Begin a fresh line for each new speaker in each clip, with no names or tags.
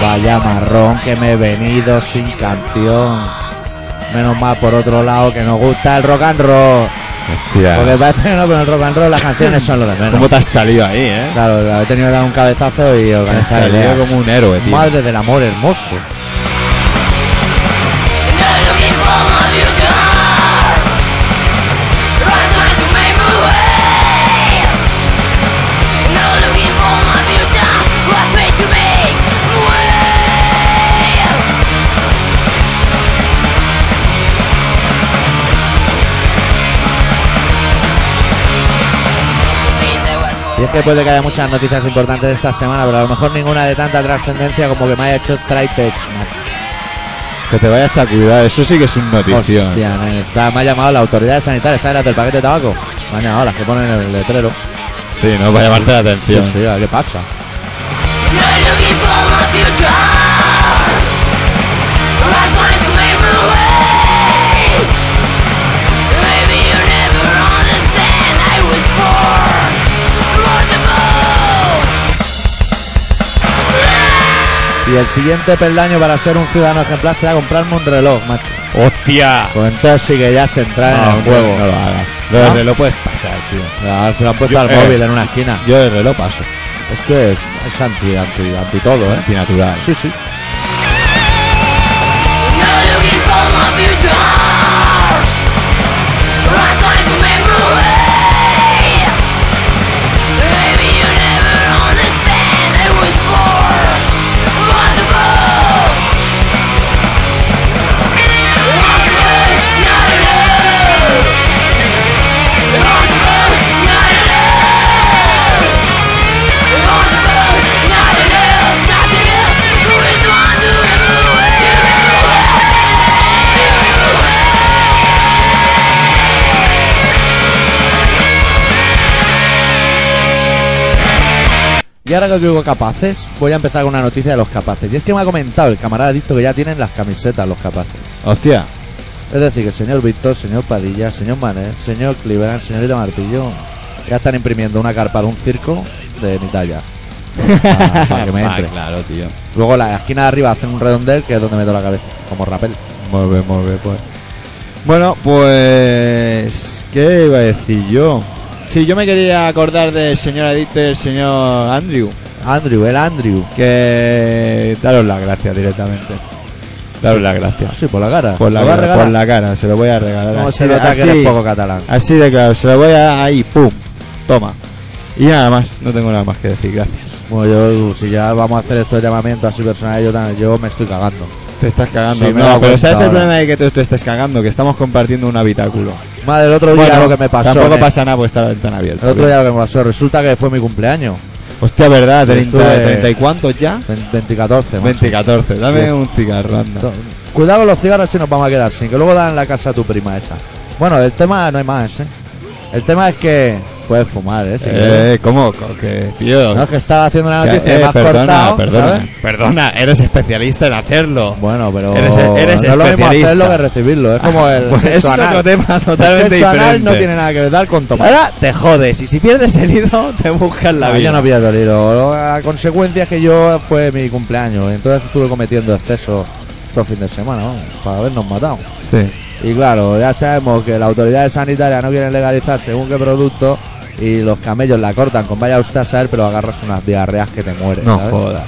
Vaya marrón que me he venido sin canción. Menos mal por otro lado que nos gusta el rock and roll.
Ah.
Porque
Hostia.
parece que no, pero el rock and roll las canciones son lo de menos.
¿Cómo te has salido ahí, eh?
Claro, he tenido que dar un cabezazo y
Te has
organizar
salido
ideas.
como un héroe, tío.
Madre del amor hermoso. Y es que puede que haya muchas noticias importantes esta semana, pero a lo mejor ninguna de tanta trascendencia como que me haya hecho Tritex.
Que te vayas a cuidar, eso sí que es un notición.
Hostia, me, está- me ha llamado la autoridad sanitaria, ¿sabes? Las del paquete de tabaco. Me han llamado las que ponen en el letrero.
Sí, no, para llamarte la
Sí,
atención.
sí, ¿qué pasa? Y el siguiente peldaño para ser un ciudadano ejemplar será comprarme un reloj, macho.
¡Hostia! Ah,
Pues entonces sí que ya se entra en el
hombre,
juego.
No lo hagas.
¿No?
Lo, lo puedes pasar, tío.
Ahora se lo han puesto
Yo-
al
eh.
móvil en una esquina.
Yo de reloj paso. eh,
Es que es, es anti, anti, anti todo, ¿eh?
Antinatural.
Sí, sí. Y ahora que os digo capaces, voy a empezar con una noticia de los capaces. Y es que me ha comentado el camarada adicto que ya tienen las camisetas los capaces.
Hostia.
Es decir, que el señor Víctor, señor Padilla, señor Mané, señor Cleveland, señorita Martillo, ya están imprimiendo una carpa de un circo de mi talla. Para, para que me
Ah,
entre.
claro, tío.
Luego la esquina de arriba hacen un redondel que es donde meto la cabeza, como rapel.
Muy bien, muy bien, pues. Bueno, pues. ¿Qué iba a decir yo? Sí, yo me quería acordar del señor Adicto y del señor Andrew.
Andrew, el Andrew.
Que. Daros las gracias directamente. Daros las gracias.
Sí, por la cara.
Por la,
¿Lo va a
cara,
regalar?
por la cara, se lo voy a regalar.
¿Cómo
así
se
de-
nota que eres
así-
poco catalán?
Así de claro, se lo voy a dar ahí, pum, toma. Y nada más, no tengo nada más que decir, gracias.
Bueno, yo, si ya vamos a hacer estos llamamientos así personales, yo, tan- yo me estoy cagando.
Te estás cagando.
Sí, me he
no,
dado
pero
cuenta
¿sabes el
ahora.
problema de que tú te estés cagando? Que estamos compartiendo un habitáculo.
Madre, el otro día lo que me pasó.
Tampoco
ne-
pasa nada porque está la ventana abierta.
El otro día lo que me pasó. Resulta que fue mi cumpleaños.
Hostia, ¿verdad?
Yo
30,
estuve-
30 y cuántos ya?
2014,
20 y 14. Dame
Yo-
un cigarro, anda.
Cuidado con los cigarros si nos vamos a quedar sin, que luego dan en la casa a tu prima esa. Bueno, el tema no hay más, ¿eh? El tema es que puedes fumar, ¿eh? Si quieres.
Eh, ¿cómo? Co- Que, tío.
No, es que estaba haciendo una
que-
noticia y
eh,
me has
perdona,
cortado,
perdona.
¿sabes?
Perdona, eres especialista en hacerlo.
Bueno, pero
Eres- e-, eres
no es lo mismo
especialista.
hacerlo que recibirlo. Es como el
Pues es
sexo
otro
anal.
tema totalmente
el sexo anal
diferente.
no tiene nada que ver dar con tomar.
Ahora te jodes y si pierdes el hilo te buscas la
No,
vida.
Yo no pierdo el hilo. La consecuencia es que yo fue mi cumpleaños, entonces estuve cometiendo excesos todo fin de semana, vamos, para habernos matado.
Sí.
Y claro, ya sabemos que las autoridades sanitarias no quieren legalizar según qué producto y los camellos la cortan con vaya usted a saber, pero agarras unas diarreas que te mueres.
No
¿sabes?
jodas.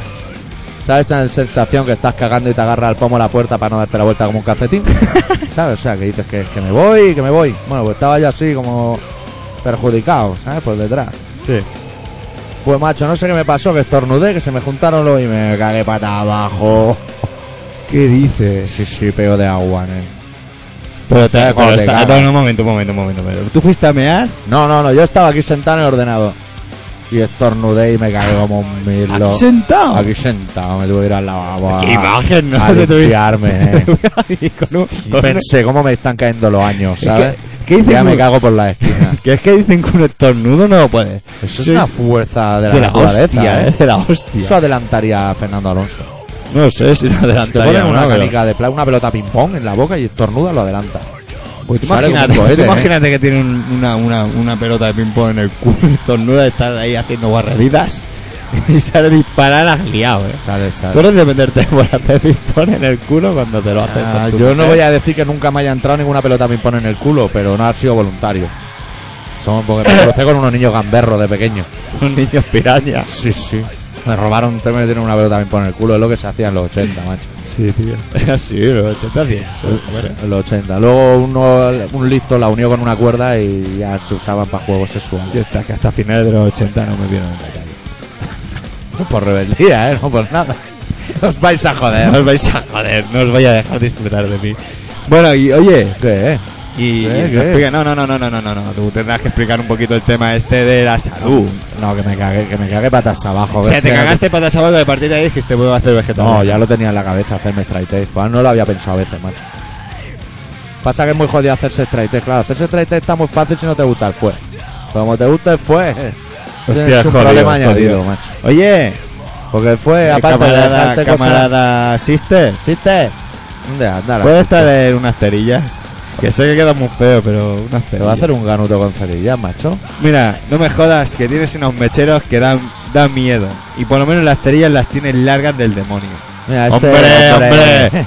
¿Sabes esa sensación que estás cagando y te agarra el pomo a la puerta para no darte la vuelta como un calcetín? ¿Sabes? O sea, que dices que, que me voy, que me voy. Bueno, pues estaba yo así como perjudicado, ¿sabes? Por detrás.
Sí.
Pues macho, no sé qué me pasó, que estornudé, que se me juntaron los y me cagué pata abajo.
¿Qué dices?
Sí, sí, peo de agua, ¿eh?
Pero, te,
¿Sabes
pero
cuando te
está,
cagas?
no, un momento, un momento, un momento. pero ¿Tú fuiste a mear?
No, no, no, yo estaba aquí sentado en el ordenador. Y estornudé y me cagué como un mirlo.
¿Aquí Ah, sentado?
Aquí sentado, me tuve que ir al lavabo. a-
¡Qué imagen, no!
a
Te tuviste-
limpiarme, eh.
Y con un-
Y
con un-
pensé cómo me están cayendo los años, ¿sabes?
¿Qué- qué dices
ya me
tú?
cago por la esquina.
que es que dicen que un estornudo no lo puede.
Eso es
Sí,
una fuerza de la,
de la
naturaleza,
hostia,
¿eh?
¿eh? De la
Eso
hostia.
adelantaría a Fernando Alonso.
No sé si lo
Te
adelantaría.
ponen una
¿no? Pero-
canica de pla- una pelota ping-pong en la boca y estornuda, lo adelanta.
Pues tú
Sale
imagínate,
como un cohete,
tú
¿eh?
imagínate que tiene un- una, una, una pelota de ping-pong en el culo, estornuda, estar ahí haciendo guarreridas. y sale disparar has liado, eh.
Sale, sale.
Tú eres de meterte bolas de ping-pong en el culo cuando te lo haces.
Ah,
con tu
yo no
mujer.
voy a decir que nunca me haya entrado ninguna pelota me pone en el culo, pero no ha sido voluntario. Son porque me crucé con unos niños gamberros de pequeño.
Un niño piraña.
Sí, sí. Me robaron tres me tienen una pelota me pone en el culo, es lo que se hacía en los 80, macho.
Sí, tío. Así, los 80 100. Bueno.
En los 80. Luego uno, un listo la unió con una cuerda y ya se usaban para juegos
Yo
sexuales.
hasta que hasta finales de los 80 no me vieron en la calle.
Por rebeldía, ¿eh? No por nada. Os vais a
No
joder.
os vais a joder, no os voy a dejar disfrutar de mí. Bueno, y oye,
¿Qué? eh?
y,
¿Qué,
y-
qué?
explica- no, no, no, no, no, no, no, no, tú tendrás que explicar un poquito el tema este de la salud.
No, que me cagué, que me cagué patas abajo.
O
que
sea, te
sea-
cagaste para sábado y a partir de ahí dijiste, puedo hacer vegetal.
No, ya lo tenía en la cabeza hacerme straight edge. Pues no lo había pensado a veces, macho. Pasa que es muy jodido hacerse straight edge. Claro, hacerse straight edge está muy fácil si no te gusta el fue. Pero como te gusta el fue,
Hostia,
es un
jodido,
problema añadido,
jodido.
macho.
Oye,
Porque el fue, eh, aparte de
Eh, camarada,
dejarte cosas...
camarada, sister,
¿Existe? ¿Dónde anda? la
¿puedes
hostia?
traer unas cerillas? Que sé que queda muy feo, pero unas
Te va a
cerillas.
hacer un ganuto con cerillas, macho.
Mira, no me jodas que tienes unos mecheros que dan, dan miedo. Y por lo menos las cerillas las tienes largas del demonio.
Mira, este,
¡Hombre, hombre!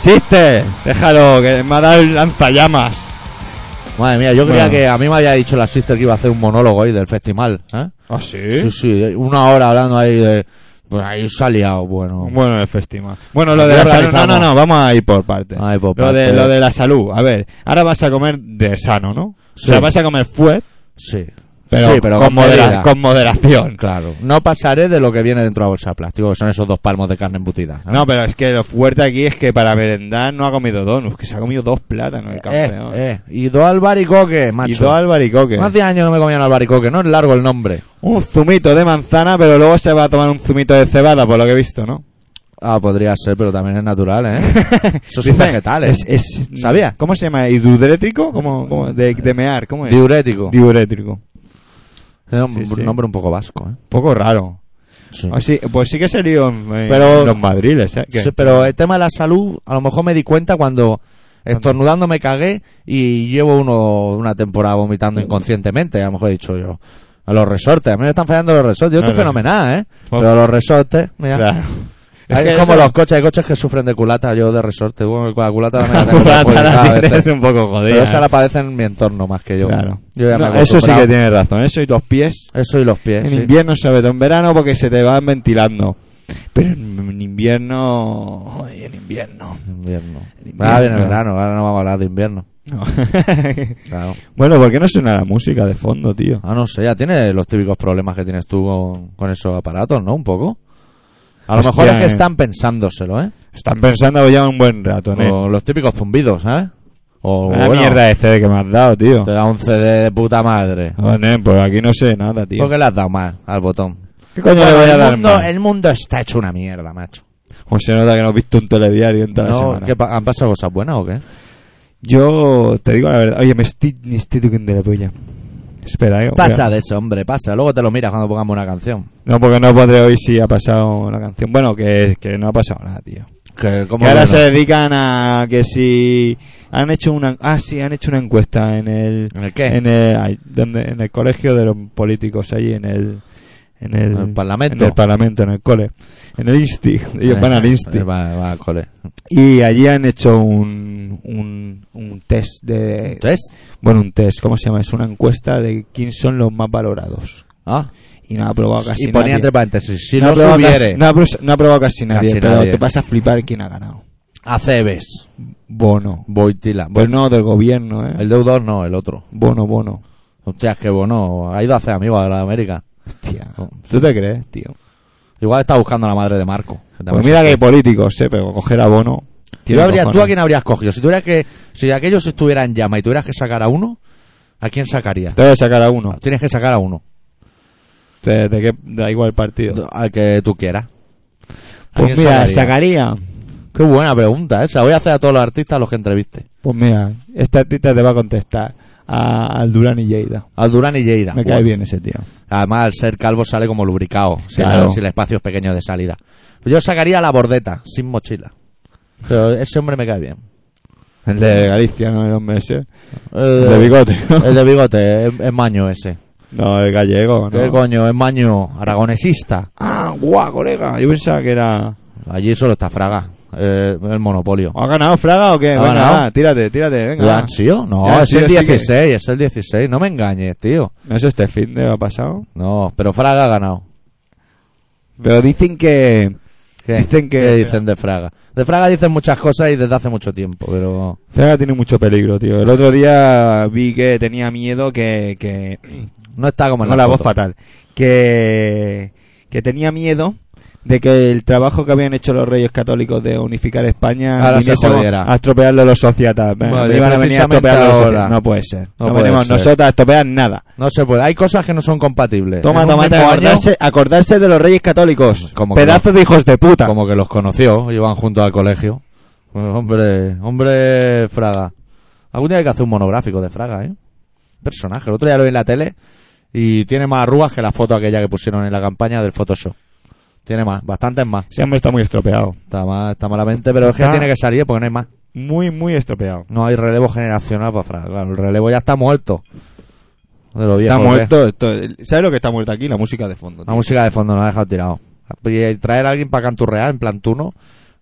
¡Siste! Déjalo, que me ha dado el lanzallamas.
Madre mía, yo creía
Bueno.
que a mí me había dicho la sister que iba a hacer un monólogo hoy del festival. ¿eh?
¿Ah,
Sí, sí, una hora hablando ahí de... Pues ahí se ha liado, bueno.
Bueno, el festival. Bueno, lo
Ya
de la salud. No,
analizamos.
no, no, vamos a ir por partes.
Ay, pues, por
Lo, de,
parte-
lo de la salud. A ver, ahora vas a comer de sano, ¿no?
Sí.
O sea, vas a comer fuet,
Sí.
pero,
Sí, pero
con,
con
modera-
medida.
con moderación.
Claro. No pasaré de lo que viene dentro de la bolsa de plástico, que son esos dos palmos de carne embutida. ¿eh?
No, pero es que lo fuerte aquí es que para merendar no ha comido donuts, que se ha comido dos plátanos el
Eh,
campeón.
eh, Y dos albaricoques, macho.
y dos albaricoques.
No hace años que no me comía un albaricoque, no es largo el nombre.
Un zumito de manzana, pero luego se va a tomar un zumito de cebada, por lo que he visto, ¿no?
Ah, podría ser, pero también es natural, ¿eh? Esos son
Dice,
vegetales.
Es, es-
¿eh? ¿Sabía?
¿Cómo se llama? ¿Hidudrético? ¿Cómo, cómo? De, de mear, ¿cómo es?
Diurético.
Diurétrico.
Es un
Sí, sí.
nombre un poco vasco, ¿eh?
Poco raro.
Sí.
Ah, sí, pues sí que sería en- en
Pero-
los madriles, ¿eh? Que-
Sí, pero el tema de la salud, a lo mejor me di cuenta cuando estornudando me cagué y llevo uno, una temporada vomitando inconscientemente, a lo mejor he dicho yo. A los resortes, a mí me están fallando los resortes. Yo estoy
Claro.
fenomenal, ¿eh?
Pues-
Pero los resortes, mira.
Claro.
Hay-
que
es como
eso-
los coches, hay coches que sufren de culata, yo de resorte, bueno, con la culata me la tengo
Ahora
perjudicada a veces.
tienes un poco
Pero
jodida.
esa la padecen en mi entorno más que yo.
Claro.
Yo ya me
No,
he
eso sí que
acostumbrado.
tienes razón. Eso y los pies.
Eso y los pies.
En
sí.
invierno sobre todo en verano porque se te van ventilando. Pero en, en invierno... ay, en invierno.
Invierno.
En
Ah, viene
invierno.
el verano, ahora no vamos a hablar de invierno.
No.
Claro.
bueno, ¿por qué no suena la música de fondo, tío?
Ah, no sé, ya tiene los típicos problemas que tienes tú con, con esos aparatos, ¿no? Un poco. A lo
Hostia,
mejor es que
eh.
están pensándoselo, ¿eh?
Están pensando ya un buen rato, ¿no?
O los típicos zumbidos, ¿sabes? O
Una
Oh, bueno,
Ah, mierda este de CD que me has dado, tío.
te da un CD de puta madre.
No, nen, pues aquí no sé nada, tío.
¿Por qué le has dado mal al botón?
¿Qué coño le
Bueno,
voy a
el,
dar
mundo,
más?
el mundo está hecho una mierda, macho.
Como se nota que no has visto un telediario en toda la
No,
semana.
¿qué pa- ¿Han pasado cosas buenas o qué?
Yo te digo la verdad. Oye, me estoy, me estoy tocando la polla. Espera, eh.
Pasa
mira.
de eso, hombre, pasa. Luego te lo miras cuando pongamos una canción.
No, porque no podré oír si ha pasado la canción. Bueno, que, que no ha pasado nada, tío.
Que, ¿cómo
Que ahora
que no?
se dedican a que si han hecho una... Ah, sí, han hecho una encuesta en el...
¿En el qué?
En el, ay, donde, en el colegio de los políticos ahí en el... En el,
¿En el parlamento?
En el parlamento, en el cole. En el insti. Ellos van al insti.
Eh, va- va al cole.
Y allí han hecho un, un, un test de...
¿Test?
Bueno, un test, ¿cómo se llama? Es una encuesta de quién son los más valorados.
Ah.
Y no ha probado casi
Y ponía
nadie.
entre paréntesis, si
no,
no,
ha probado
subiere,
casi, no, ha, pro- no ha probado casi nadie,
Casi
pero
nadie.
te vas a flipar quién ha ganado.
Acebes.
Bono.
Boitila. Bueno,
Bono del gobierno, ¿eh?
el deudor Pues no, el otro.
Bono, bono.
Hostias, qué bueno. Ha ido a hacer amigos a la América.
Hostia. ¿Tú te crees, tío?
Igual está buscando a la madre de Marco.
Pues mira que hay políticos, ¿eh? Pero coger a Bono...
Yo
tiene
habría- ¿Tú
cojones.
a quién habrías cogido? Si tuvieras que, si aquellos estuvieran en llama y tuvieras que sacar a uno, ¿a quién sacarías?
Te voy a sacar a uno.
Tienes que sacar a uno.
De, de qué- da igual partido.
Al que tú quieras. ¿A
Pues
quién
mira,
sacarías?
sacaría...
Qué buena pregunta, ¿eh? Se la voy a hacer a todos los artistas a los que entreviste.
Pues mira, esta tita te va a contestar a- al Durán y Lleida.
Al Durán y Lleida.
Me cae
Buah.
bien ese tío.
Además, al ser calvo sale como lubricado, si,
Claro.
la- si el espacio es pequeño de salida. Pues Yo sacaría la bordeta, sin mochila. Pero ese hombre me cae bien.
El de Galicia, no el hombre ese.
El
El de bigote. ¿no?
El de bigote, es, es maño ese.
No, es gallego.
¿Qué
No.
coño? Es maño aragonesista.
Ah, guau, colega. Yo pensaba que era.
Allí solo está Fraga. eh, el monopolio.
¿Has ganado Fraga o qué?
¿Ha
Venga,
ganado?
va, tírate, tírate, Ah, venga.
¿Lo
va.
han sido? No,
Ya,
es
sí,
el
sí que-
16, es el 16. No me engañes, tío.
No sé este fin de ha pasado.
No, pero Fraga ha ganado.
Pero dicen que.
Mm. ¿Qué?
Dicen que-
¿Qué dicen de Fraga? De Fraga dicen muchas cosas y desde hace mucho tiempo, pero...
Fraga tiene mucho peligro, tío. El otro día vi que tenía miedo que. que
No está como en
no,
la,
la voz
foto.
fatal. Que. Que tenía miedo de que el trabajo que habían hecho los reyes católicos de unificar España
Ahora se
viniese
jodiera.
a estropearlo los sociatas. Venga,
Vale,
iban a venir a
precisamente
estropearlo los
ahora.
sociatas. No puede ser.
No
No,
puede
venimos
ser.
nosotros a estropear nada.
No se puede. Hay cosas que no son compatibles. En
Toma,
un
toma,
mismo año,
acordarse, acordarse de los reyes católicos.
Como que
Pedazos de hijos de puta.
Como que los conoció, iban juntos al colegio. Pues, hombre, hombre Fraga. Algún día hay que hacer un monográfico de Fraga, ¿eh? Personaje. El otro día lo vi en la tele y tiene más arrugas que la foto aquella que pusieron en la campaña del Photoshop. Tiene más, bastantes más.
Ese hombre está muy estropeado.
Está, mal, está malamente, pero es
Está-
que tiene que salir porque no hay más.
Muy, muy estropeado.
No hay relevo generacional para Fraga. Claro, el relevo ya está muerto. De lo viejo
Está
que es.
muerto. esto- ¿Sabes lo que está muerto aquí? La música de fondo.
La
tío.
música de fondo nos ha dejado tirado. Y traer a alguien para canturrear en plan turno,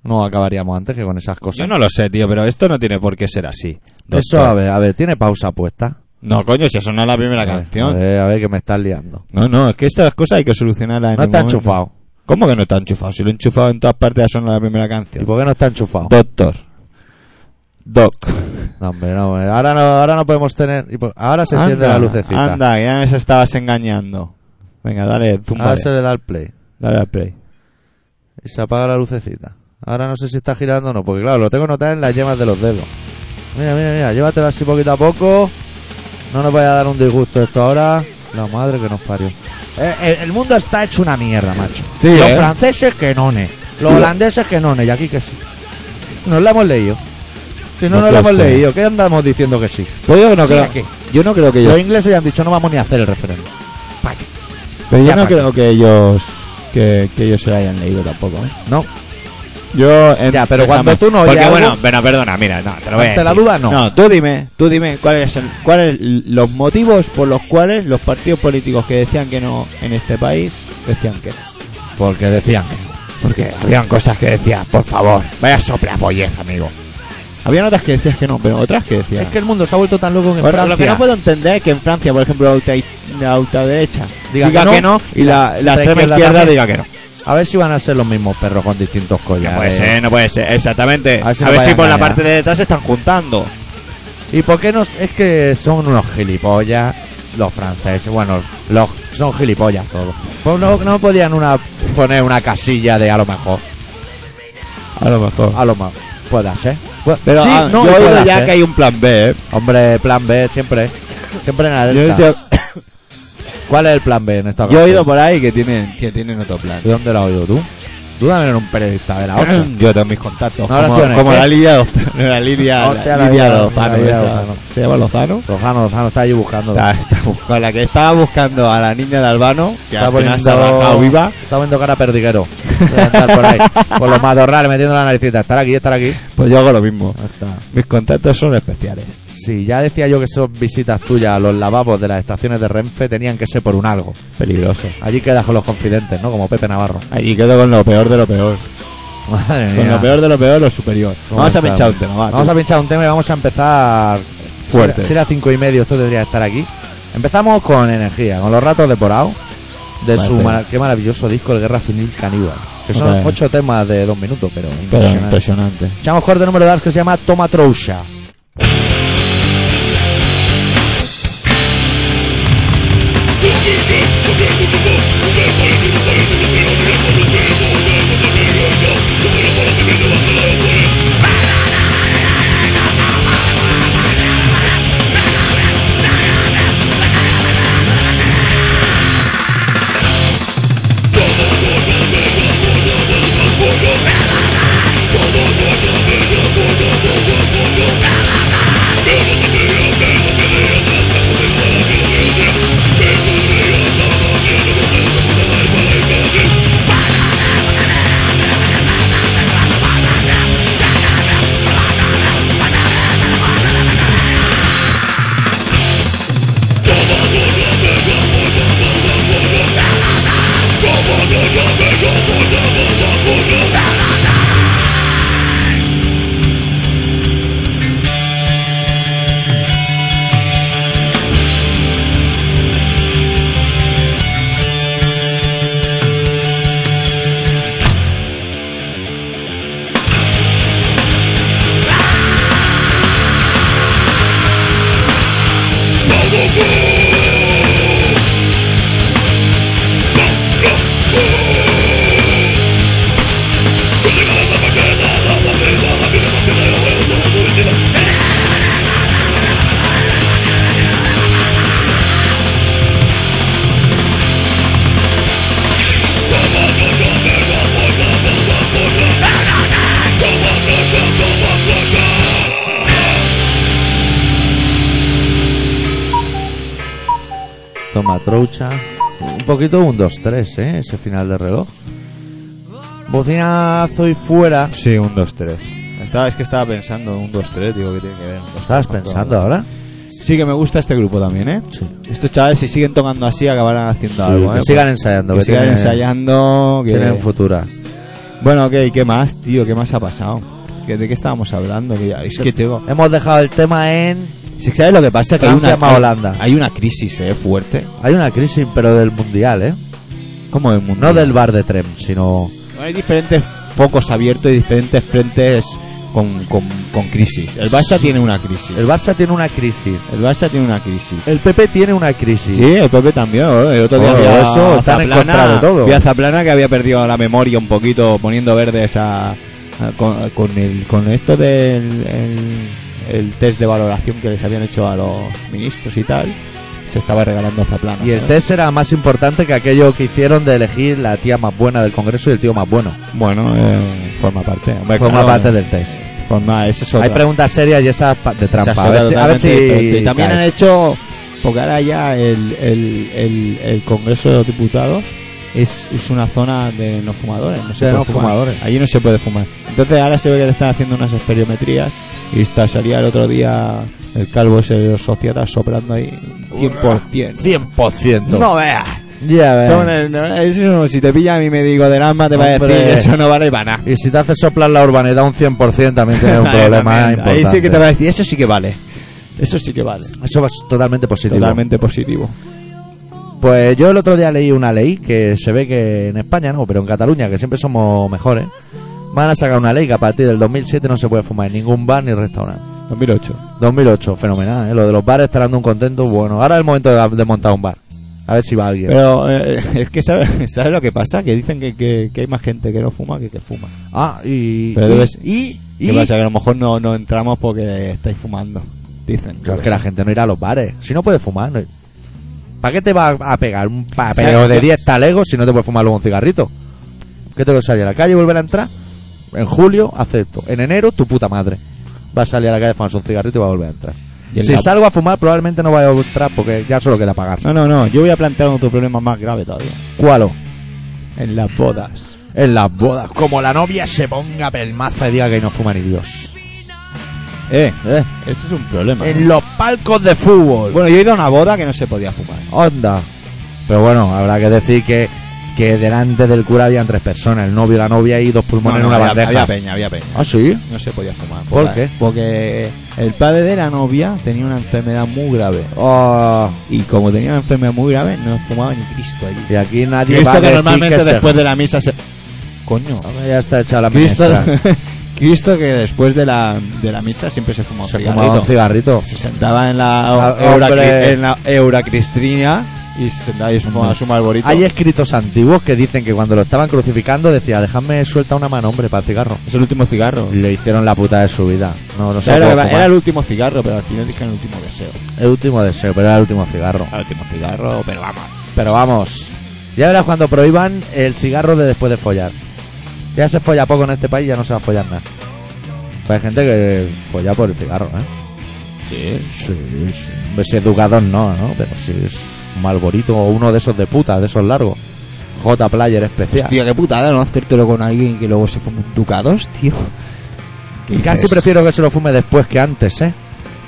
no acabaríamos antes que con esas
Yo
cosas.
no lo sé, tío, pero esto no tiene por qué ser así.
Eso,
doctor.
a ver, a ver, tiene pausa puesta.
No, coño, si eso no es la primera
A ver, A
canción.
ver, a ver, que me estás liando.
No, no, es que estas cosas hay que solucionarlas. en
No
el
está
momento.
enchufado.
¿Cómo que no está enchufado? Si lo he enchufado en todas partes, ya suena la primera
¿Y
canción.
por qué no está enchufado?
Doctor. Doc.
No, hombre, no, hombre. ahora no, ahora no podemos tener. y por- Ahora se enciende la lucecita.
Anda, ya me estabas engañando. Venga, dale,
Ahora
zúmbale.
se le da el play
Dale al play.
y se apaga la lucecita. Ahora no sé si está girando o no, porque claro, lo tengo que notar en las yemas de los dedos. Mira, mira, mira, llévatelo así poquito a poco. No nos vaya a dar un disgusto esto ahora. La madre que nos parió. Eh, el, el mundo está hecho una mierda, macho.
Sí,
los
¿eh?
franceses que no ne, los holandeses que no ne, y aquí que sí. Nos la hemos leído. Si no,
No
nos la hemos
clase.
leído, ¿qué andamos diciendo que sí?
Pues yo no
Sí,
creo.
aquí.
Yo no creo que
Los
ellos.
ingleses ya han dicho no vamos ni a hacer el referéndum. Pa' qué.
Pero
ya
yo no
para
creo que ellos. Que, que ellos se lo hayan leído tampoco, ¿eh?
No,
Yo. en-
Ya, pero cuando tú no oyes
Porque
algo-
bueno, bueno, perdona, mira, no, te lo voy a
Ante la
decir.
duda, no.
No, tú dime, tú dime cuáles son cuáles los motivos por los cuales los partidos políticos que decían que no en este país decían que no.
porque decían
Porque habían cosas que decían, por favor, vaya sopla pollez, amigo. Habían otras que decías que no, pero otras que decían.
Es que el mundo se ha vuelto tan loco que en
Bueno, lo que
Francia-
no puedo entender es que en Francia, por ejemplo, la ultra- la ultraderecha
Diga
diga,
que
que,
no,
no, y la, la
la izquierda
extrema izquierda,
también.
diga que no.
A ver si van a ser los mismos perros con distintos collares.
No puede ser, no puede ser, exactamente.
A
A
ver
ver
si
si,
no vayan
por
a
la
engañar.
parte de detrás se están juntando.
¿Y por qué no? Es que son unos gilipollas los franceses. Bueno, los son gilipollas todos. Pues no, no podían una poner una casilla de a lo mejor.
A lo mejor.
A lo mejor. Pueda ser. Pues-
Pero
sí,
ah,
no,
yo
y
he oído
pueda
ya
ser.
que hay un plan B, ¿eh?
Hombre, plan B siempre. Siempre en
Yo,
alerta.
yo-
¿Cuál es el plan B en esta
yo he
ocasión?
oído por ahí que tienen, que tienen otro plan.
¿De dónde lo has oído tú? Tú también eres un periodista de la otra.
Yo tengo mis contactos.
No,
como
oraciones,
como
¿eh?
la Lidia Lozano. La Lidia, la
Hostia, la
Lidia
Lidia
Lozano,
Lidia
esa.
Lozano.
¿Se llama Lozano?
Lozano, Lozano está allí buscando.
Está, está buscando- la que estaba buscando a la niña de Albano, que
Está
al final se ha
poniendo-
rajado viva.
Está poniendo cara a perdiguero. Debe andar por ahí. Por los madorrales metiendo la naricita. Estar aquí, estar aquí.
Pues yo hago lo mismo.
Ahí está.
Mis contactos son especiales.
Sí, ya decía yo que esas visitas tuyas a los lavabos de las estaciones de Renfe tenían que ser por un algo.
Peligrosos.
Allí quedas con los confidentes, ¿no? Como Pepe Navarro.
Allí quedo con lo peor de lo peor.
Madre
Con lo peor de lo peor, lo superior.
¿Cómo
Vamos a
estamos?
pinchar un tema, va,
Vamos
tú.
a pinchar un tema y vamos a empezar
Fuerte.
Si era cinco y medio, esto tendría que estar aquí. Empezamos con energía, con los ratos de Porao, de
Vale,
su
espera.
mara- qué maravilloso disco El Guerra Civil Caníbal. Que son
Ok.
ocho temas de dos minutos, pero
Pero
impresionante.
impresionante.
Echamos corte número dos que se llama Toma Troucha.
Para
trocha. Un poquito un 2-3, ¿eh? Ese final de reloj. Bocinazo y fuera.
Sí, un 2-3. Estaba, es que estaba pensando un 2-3, digo que tiene que ver. un 2-3.
¿Estabas pensando ahora?
Sí, que me gusta este grupo también, ¿eh?
Sí.
Estos chavales, si siguen tocando así, acabarán haciendo algo.
pues, que
¿eh?
sigan ensayando.
Que sigan
tienen-
ensayando. Que...
Tienen futura.
Bueno, ok, ¿qué más, tío? ¿Qué más ha pasado? ¿Que- ¿De qué estábamos hablando? Que ya- es que tengo...
Hemos dejado el tema en...
Si sabes lo que pasa, que hay
Francia
una,
más Holanda.
hay una crisis, ¿eh? Fuerte.
Hay una crisis, pero del mundial, ¿eh?
¿Cómo el mundo?
No del bar de Trem, sino...
Bueno, hay diferentes focos abiertos y diferentes frentes con, con, con crisis. El
Sí.
Barça tiene una crisis.
El Barça tiene una crisis.
El Barça tiene una crisis.
El PP tiene una crisis.
Sí, el Pepe también. ¿eh? El otro día
Oh,
había
eso, están en contra de todo.
vi a Zaplana que había perdido la memoria un poquito poniendo verdes a, a- con, con el, con esto del el, el test de valoración que les habían hecho a los ministros y tal. Se estaba regalando a Zaplana.
Y el
¿sabes?
test era más importante que aquello que hicieron de elegir la tía más buena del Congreso y el tío más bueno.
Bueno, eh, forma parte. Hombre,
Forma
claro,
parte del test.
Forma, eso es
Hay
otra-
preguntas serias y esas pa- de trampa.
Se
A
asocia
ver si, a ver
totalmente
si
de precio. Y también
caes.
han hecho, porque ahora ya el, el, el, el Congreso de los Diputados es, es una zona de no fumadores. No se
De
puede
no
fumar.
fumadores.
Allí no se puede fumar. Entonces ahora se ve que le están haciendo unas esperiometrías y está, salía el otro día el calvo ese de los sociatas soplando ahí 100%.
100%.
No veas.
Ya ves.
No, no, Eh. no, eso, si te pilla a mí me digo del alma te va a decir
Hombre.
eso no vale para nada.
Y si te hace soplar la urbanidad un 100% también tienes un
Ahí
problema
también,
importante.
Ahí sí que te va a decir, eso sí que vale. Eso sí que vale.
Eso es totalmente positivo.
Totalmente positivo.
Pues yo el otro día leí una ley que se ve que en España no, pero en Cataluña, que siempre somos mejores, van a sacar una ley que a partir del 2007 no se puede fumar en ningún bar ni restaurante.
2008.
2008, fenomenal, ¿eh? Lo de los bares está dando un contento bueno. Ahora es el momento de, de montar un bar. A ver si va alguien.
Pero eh, es que sabes ¿sabes lo que pasa, que dicen que, que- que hay más gente que no fuma que que fuma.
ah, y...
Pero
y-
debes-
y, y-
¿Qué pasa? Que a lo mejor no, no entramos porque estáis fumando. Dicen.
Claro, es que la gente no irá a los bares. Si no puede fumar, no- ¿para qué te va a pegar un papeleo
O sea,
de
yo-
10 talegos si no te puedes fumar luego un cigarrito? ¿Qué te vas a salir a la calle y volver a entrar? En julio, acepto. En enero, tu puta madre. Va a salir a la calle a fumarse un cigarrito y va a volver a entrar.
Y en
Si
la-
salgo a fumar, probablemente no vaya a entrar porque ya solo queda pagar.
No, no, no. Yo voy a plantear otro problema más grave todavía.
¿Cuál?
En las bodas.
En las bodas. Como la novia se ponga pelmaza y diga que no fuma ni Dios.
Eh,
¿Eh?
eso es un problema. ¿no?
En los palcos de fútbol.
Bueno, yo he ido a una boda que no se podía fumar.
Onda. Pero bueno, habrá que decir que, que delante del cura habían tres personas, el novio, la novia y dos pulmones
No, no,
en una
había,
bandeja.
había peña, había peña.
ah, sí.
No se podía fumar.
¿Por qué?
Porque el padre de la novia tenía una enfermedad muy grave.
Ah,
Y como tenía una enfermedad muy grave, no fumaba ni Cristo allí.
y aquí nadie va a
Cristo que
decir
normalmente
que se-
después de la misa se... Coño.
Hombre, Ya está hecha la
Cristo,
ministra.
Cristo que después de la, de la misa siempre se fumó un
Se
cigarrito.
fumaba un cigarrito.
Se sentaba en
Ah,
la,
hombre.
eura, en la euracristrina y se sentaba y se fumaba su malborito.
Hay escritos antiguos que dicen que cuando lo estaban crucificando decía, dejadme suelta una mano, hombre, para el cigarro.
Es el último cigarro.
Le hicieron la puta de su vida. No, no
O
se
sea, era,
puede
era
fumar.
el último cigarro, pero al final dijeron el último deseo.
El último deseo, pero era el último cigarro.
El último cigarro, pero vamos.
Pero vamos, ya verás cuando prohíban el cigarro de después de follar. Ya se folla poco en este país, ya no se va a follar nada. Pues hay gente que folla por el cigarro, ¿eh?
Sí.
Sí, sí. Pues educador no, ¿no? Pero si es un malborito o uno de esos de puta, de esos largos. J Player especial.
Tío, qué putada no hacértelo con alguien que luego se fume un ducados, tío.
y casi prefiero que se lo fume después que antes, ¿eh?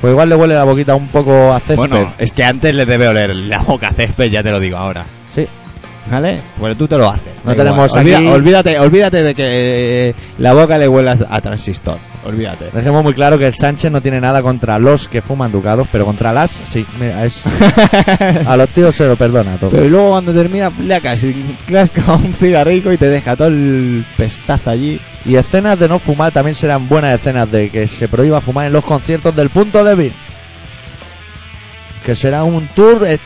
Pues igual le huele la boquita un poco a césped.
Bueno, es que antes le debe oler la boca a césped, ya te lo digo ahora.
sí.
¿Vale? Bueno, tú te lo haces.
No
da igual.
tenemos aquí-
Olvídate, olvídate de que eh, la boca le huela a transistor. Olvídate.
Dejemos muy claro que el Sánchez no tiene nada contra los que fuman ducados, pero contra las, sí. Mira, es, a los tíos se lo perdona todo.
Pero luego cuando termina, placas, y clasca un cigarrillo y te deja todo el pestazo allí.
Y escenas de no fumar también serán buenas escenas de que se prohíba fumar en los conciertos del punto débil. Que será un tour eh,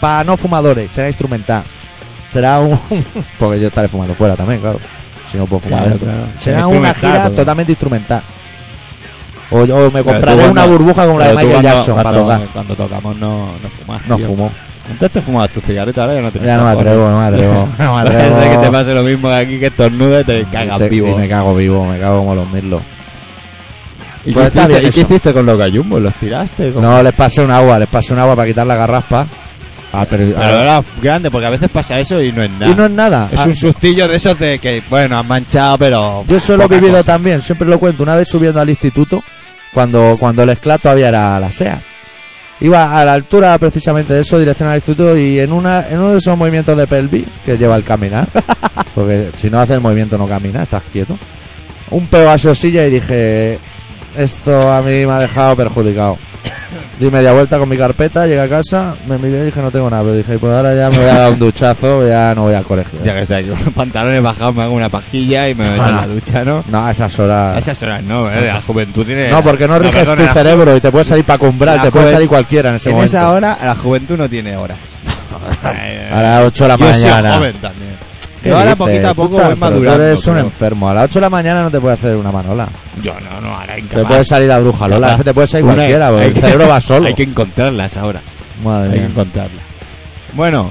para no fumadores, será instrumental. Será un. Porque yo estaré fumando fuera también, claro. Si no puedo fumar.
Claro,
dentro.
claro.
Será
Será
una
instrumental,
gira
porque-
totalmente instrumental. O, o me
Pero
compraré
tú cuando-
una burbuja como la de
pero tú
Michael
cuando-
Jackson para
cuando-
tocar.
Cuando tocamos no, no fumas.
No
tío.
fumo.
Entonces te fumabas tus cigarritos, ahora ya no te
Ya no me atrevo, no me atrevo. No me atrevo.
Parece que te pase lo mismo que aquí que estornuda y te cagas
Te-
vivo.
Y me cago vivo, me cago como los mirlos.
¿Y,
Pues
qué,
está
hiciste,
bien
¿y qué
eso.
hiciste con los gallumbos? ¿Los tiraste? ¿Cómo?
No, les pasé un agua, les pasé un agua para quitar la garraspa. Ah, pero-
Pero era grande, porque a veces pasa eso y no es nada.
Y no es nada.
Es
Ah,
un sustillo de esos de que, bueno, han manchado, pero.
Yo eso lo he
poca
vivido
cosa.
también, siempre lo cuento. Una vez subiendo al instituto, cuando, cuando el esclavo todavía era la SEA. Iba a la altura precisamente de eso, dirección al instituto, y en una en uno de esos movimientos de pelvis que lleva el caminar, porque si no hace el movimiento no camina, estás quieto. Un peo a su silla y dije, esto a mí me ha dejado perjudicado. Di media vuelta con mi carpeta, llegué a casa, me miré y dije, no tengo nada, pero dije, pues ahora ya me voy a dar un duchazo, ya no voy al colegio.
Ya que está yo, con los pantalones bajados, me hago una pajilla y me meto
Ah.
en la ducha, ¿no?
No, a esas horas...
A esas horas no, ¿eh? La juventud tiene.
Ah. No, porque no riges
perdona,
tu
la ju-
cerebro y te puede salir para cumbrar,
la
te puede
joven-
salir cualquiera en ese
En
momento.
esa hora, la juventud no tiene horas. Eh,
A las 8 de la
Yo he sido
mañana.
joven también.
¿Qué
Yo ahora
dices?
poquito a poco
Puta,
voy
pero
madurando.
Tú eres un
creo.
enfermo. A las 8 de la mañana no te puede hacer una manola.
Yo no, no, ahora
Te puede salir la bruja Lola. es que te puede salir
Una-
cualquiera, porque
hay
el
que-
cerebro va solo.
Hay que encontrarlas ahora.
Madre
Hay que
mía.
encontrarlas. Bueno,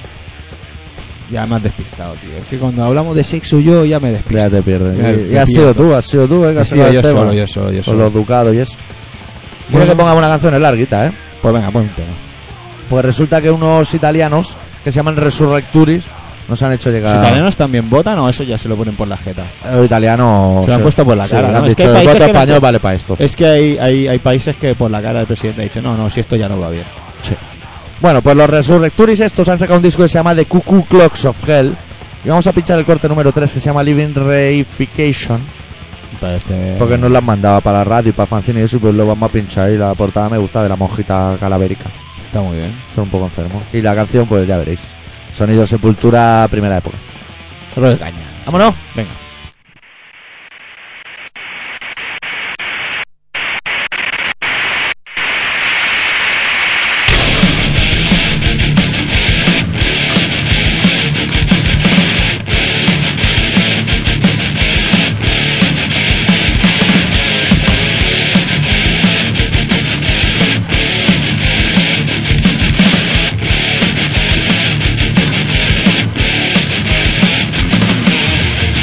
ya me has despistado, tío. Es que cuando hablamos de sexo yo ya me
Ya
despisto.
te pierdes.
Ya,
Y-
te
y has
pillo.
sido tú, has sido tú, eh, que
He
has
sido
sacado el
yo
tema.
solo, yo solo, yo
Con
solo.
los ducados y eso. Quiero
Bueno.
que pongamos una canción es larguita, ¿eh?
Pues venga, pon un tema.
Pues resulta que unos italianos que se llaman Resurrecturis nos han hecho
¿Los
llegar.
italianos también votan o eso ya se lo ponen por la jeta?
Eh, italiano.
Se lo han puesto por la cara,
le
¿no?
han
Es que
dicho,
hay
el voto
países que no
español
te-
vale para esto.
Es que hay, hay, hay países que por la cara del presidente ha dicho, no, no, si esto ya no va bien.
Bueno, pues los Resurrecturis estos han sacado un disco que se llama The Cuckoo Clocks of Hell. Y vamos a pinchar el corte número 3 que se llama Living Reification.
Para este...
Porque nos lo han mandado para la radio y para fanzine y eso, pues lo vamos a pinchar. Y la portada me gusta de la monjita calavérica.
Está muy bien.
Son un poco enfermos. Y la canción, pues ya veréis. Sonido Sepultura, primera época.
Solo de caña.
¡Vámonos!
Venga.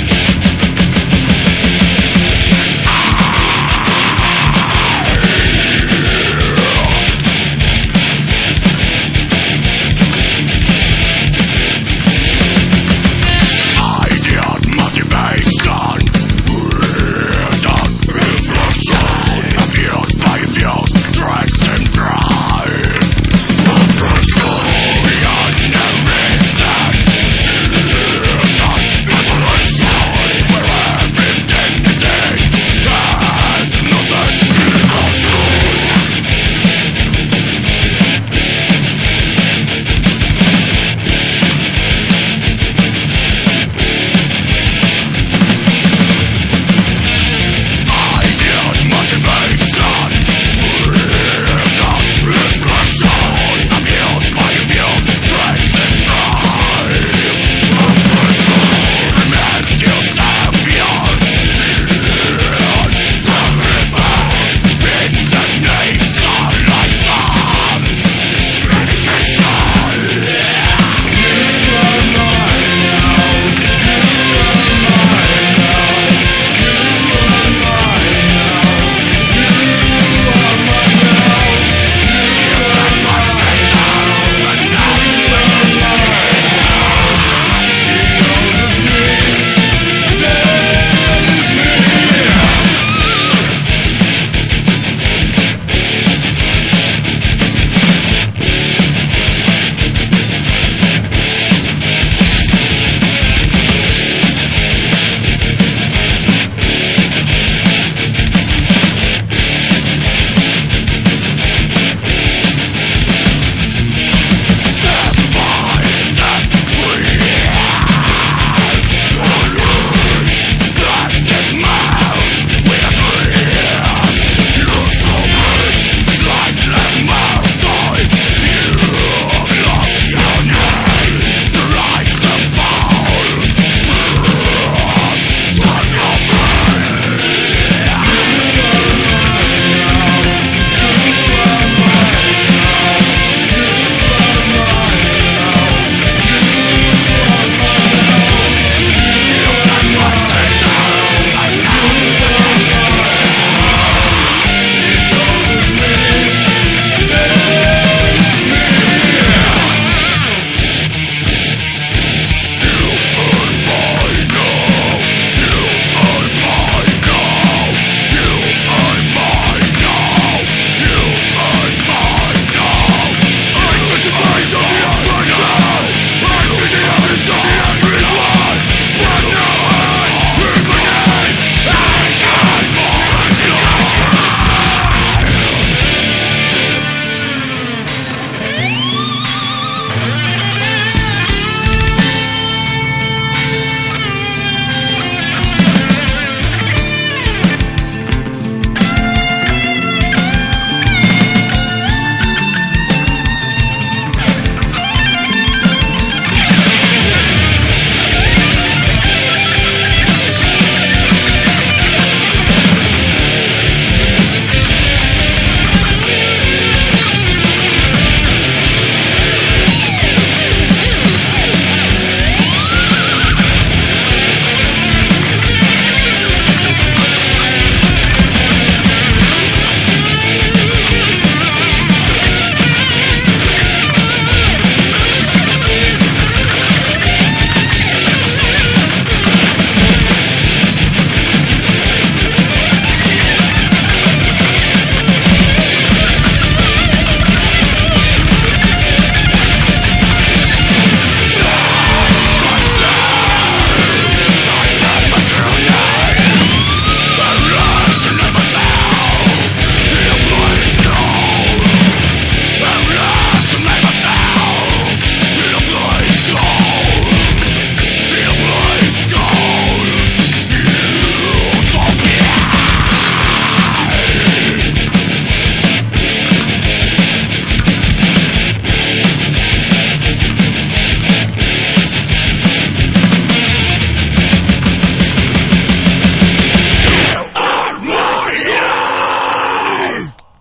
Thank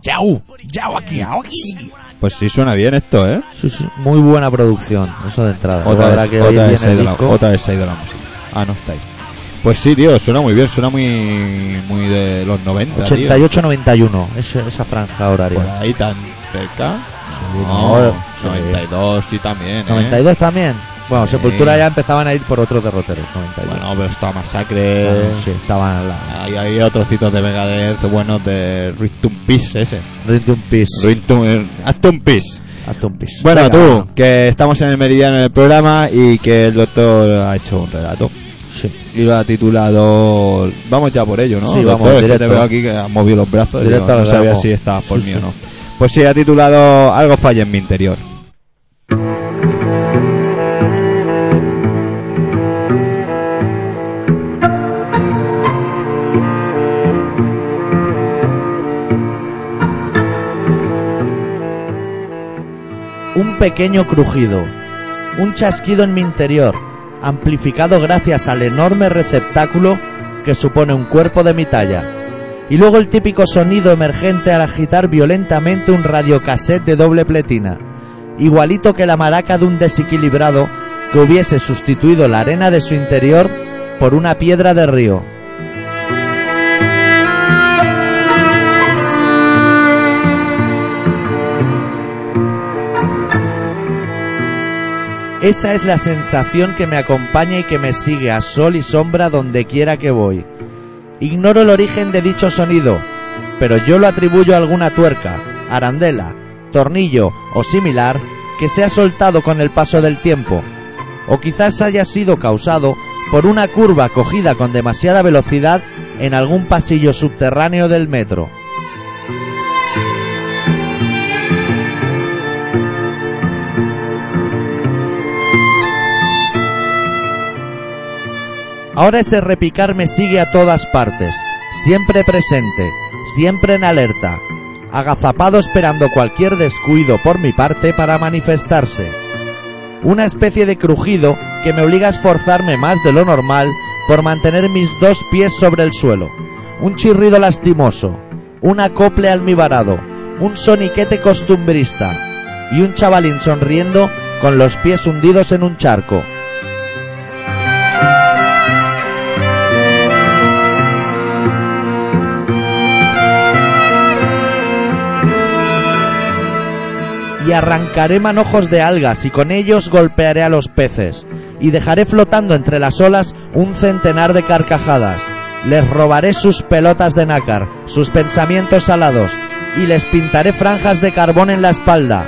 Yau, yau aquí, yau aquí. Pues sí suena bien esto, ¿eh?
Sí, sí, Muy buena producción, eso de entrada. Luego
Otra
habrá
vez,
que oír
otra,
bien
vez se ha
el
ido la,
disco.
otra vez se ha ido la música. Ah, no está ahí. Pues sí, tío, suena muy bien, suena muy muy de los 90, tío.
88-91, esa, esa franja horaria.
Por ahí tan cerca.
no,
no,
sí.
92 sí también, ¿eh?
92 también. Bueno,
Sí.
Sepultura ya empezaban a ir por otros derroteros. 92.
Bueno, eh. pero está Masacre.
Bueno, sí, estaban al lado.
Hay, hay otros citos de Megadeth buenos de Rhythm Peace ese.
Rinty un pis.
Rhythm, Aston Peace.
Hazte un pis.
Bueno,
Venga,
tú,
va.
que estamos en el meridiano del programa y que el doctor ha hecho un relato.
Sí.
Y lo ha titulado. Vamos ya por ello, ¿no?
Sí, vamos,
Doctor, es que
directo.
te veo aquí que has movido los brazos.
Directo
digo,
al
no sabía
grano.
si estabas por
Sí,
mí
sí.
o no. Pues sí, ha titulado Algo falla en mi interior.
Un pequeño crujido. Un chasquido en mi interior, amplificado gracias al enorme receptáculo que supone un cuerpo de mi talla. Y luego el típico sonido emergente al agitar violentamente un radiocassette de doble pletina, igualito que la maraca de un desequilibrado que hubiese sustituido la arena de su interior por una piedra de río. Esa es la sensación que me acompaña y que me sigue a sol y sombra donde quiera que voy. Ignoro el origen de dicho sonido, pero yo lo atribuyo a alguna tuerca, arandela, tornillo o similar que se ha soltado con el paso del tiempo, o quizás haya sido causado por una curva cogida con demasiada velocidad en algún pasillo subterráneo del metro. Ahora ese repicar me sigue a todas partes, siempre presente, siempre en alerta, agazapado esperando cualquier descuido por mi parte para manifestarse. Una especie de crujido que me obliga a esforzarme más de lo normal por mantener mis dos pies sobre el suelo. Un chirrido lastimoso, un acople almibarado, un soniquete costumbrista y un chavalín sonriendo con los pies hundidos en un charco. y arrancaré manojos de algas y con ellos golpearé a los peces y dejaré flotando entre las olas un centenar de carcajadas. Les robaré sus pelotas de nácar, sus pensamientos salados y les pintaré franjas de carbón en la espalda.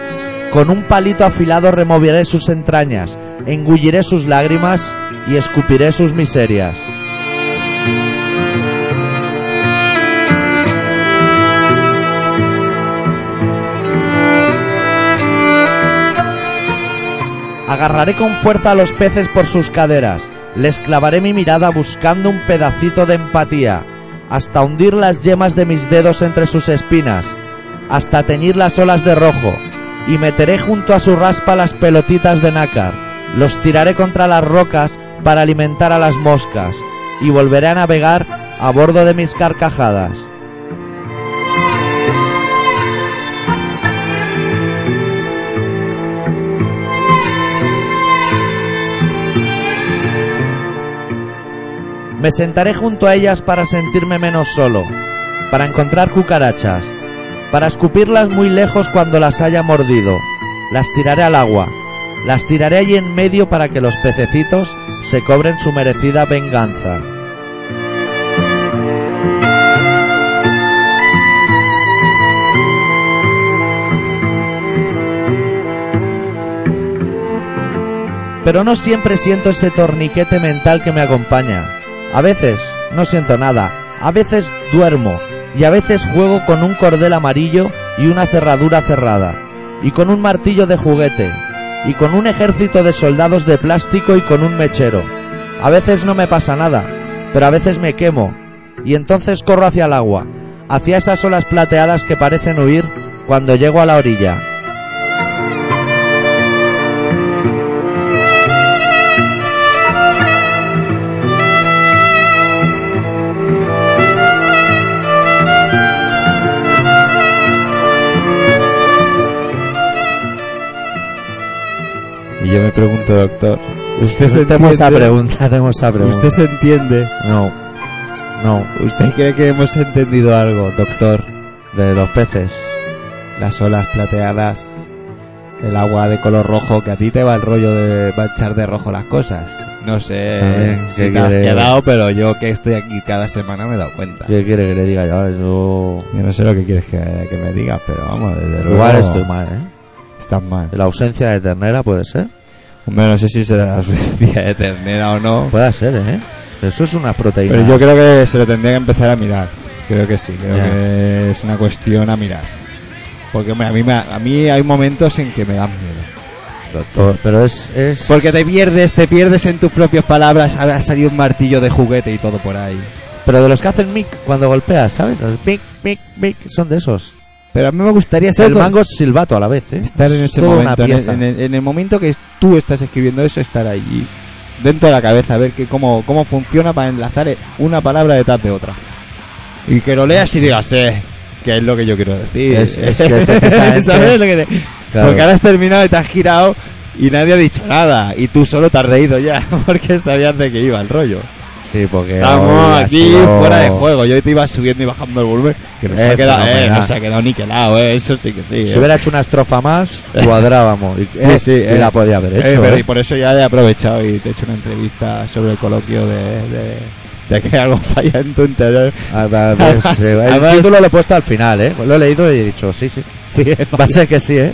Con un palito afilado removeré sus entrañas, engulliré sus lágrimas y escupiré sus miserias. Agarraré con fuerza a los peces por sus caderas, les clavaré mi mirada buscando un pedacito de empatía, hasta hundir las yemas de mis dedos entre sus espinas, hasta teñir las olas de rojo, y meteré junto a su raspa las pelotitas de nácar, los tiraré contra las rocas para alimentar a las moscas, y volveré a navegar a bordo de mis carcajadas. Me sentaré junto a ellas para sentirme menos solo, para encontrar cucarachas, para escupirlas muy lejos cuando las haya mordido. Las tiraré al agua, las tiraré allí en medio para que los pececitos se cobren su merecida venganza. Pero no siempre siento ese torniquete mental que me acompaña. A veces no siento nada, a veces duermo y a veces juego con un cordel amarillo y una cerradura cerrada, y con un martillo de juguete, y con un ejército de soldados de plástico y con un mechero. A veces no me pasa nada, pero a veces me quemo, y entonces corro hacia el agua, hacia esas olas plateadas que parecen huir cuando llego a la orilla.
Y yo me pregunto, doctor, ¿usted se
Tenemos esa
entiende?
pregunta, tenemos esa pregunta.
¿Usted se entiende?
No, no,
¿Usted cree que hemos entendido algo, doctor?
de los peces.
Las olas plateadas, el agua de color rojo, que a ti te va el rollo de manchar de rojo las cosas. No sé eh,
También,
si
¿qué
te has
quiere?
quedado, pero yo que estoy aquí cada semana me he dado cuenta.
¿Qué quiere que le diga yo? Yo...
Yo no sé lo que quieres que, que me digas, pero vamos, desde luego
Igual estoy mal, ¿eh?
estás mal.
La ausencia de ternera puede ser.
Hombre, no sé si será la sustancia de ternera o no.
Puede ser, ¿eh? Eso es una proteína.
Pero yo creo que se lo tendría que empezar a mirar. Creo que sí, creo
Ya.
que es una cuestión a mirar. Porque hombre, a mí, me- a mí hay momentos en que me dan miedo.
Por- Pero es... es...
Porque te pierdes, te pierdes en tus propias palabras. Ha ha salido un martillo de juguete y todo por ahí.
Pero de los que hacen mic cuando golpeas, ¿sabes? Los mic, mic, mic, son de esos.
Pero a mí me gustaría ser
El
con-
mango es silbato a la vez, ¿eh?
estar en
Es
ese
toda una
momento. En el,
pieza.
en el- en el momento que tú estás escribiendo eso, estar allí. Dentro de la cabeza, a ver que cómo, cómo funciona para enlazar una palabra detrás de otra. Y que lo leas y digas, eh, que es lo que yo quiero decir.
Es- es que precisamente-
¿Sabes lo que te-
Claro.
Porque ahora has terminado y te has girado y nadie ha dicho nada. Y tú solo te has reído ya, porque sabías de que iba el rollo.
Sí, porque... hoy
Estamos
ha
aquí
sido-
fuera de juego. Yo te iba subiendo y bajando el volumen. Que nos,
Eh,
ha, quedado, eh,
fenomenal.
nos ha quedado niquelado, eh. Eso sí que sí.
Si
eh.
hubiera hecho una estrofa más, cuadrábamos. Y,
Sí, sí,
y
eh.
la podía haber
Eh,
hecho.
pero
¿eh?
y por eso ya he aprovechado y te he hecho una entrevista sobre el coloquio de, de, de que algo falla en tu interior.
Ah, va, va,
Además-
sí, va. el
además-
título lo he puesto al final, ¿eh? Lo he leído y he dicho, sí, sí.
Sí,
Va a ser que sí, ¿eh?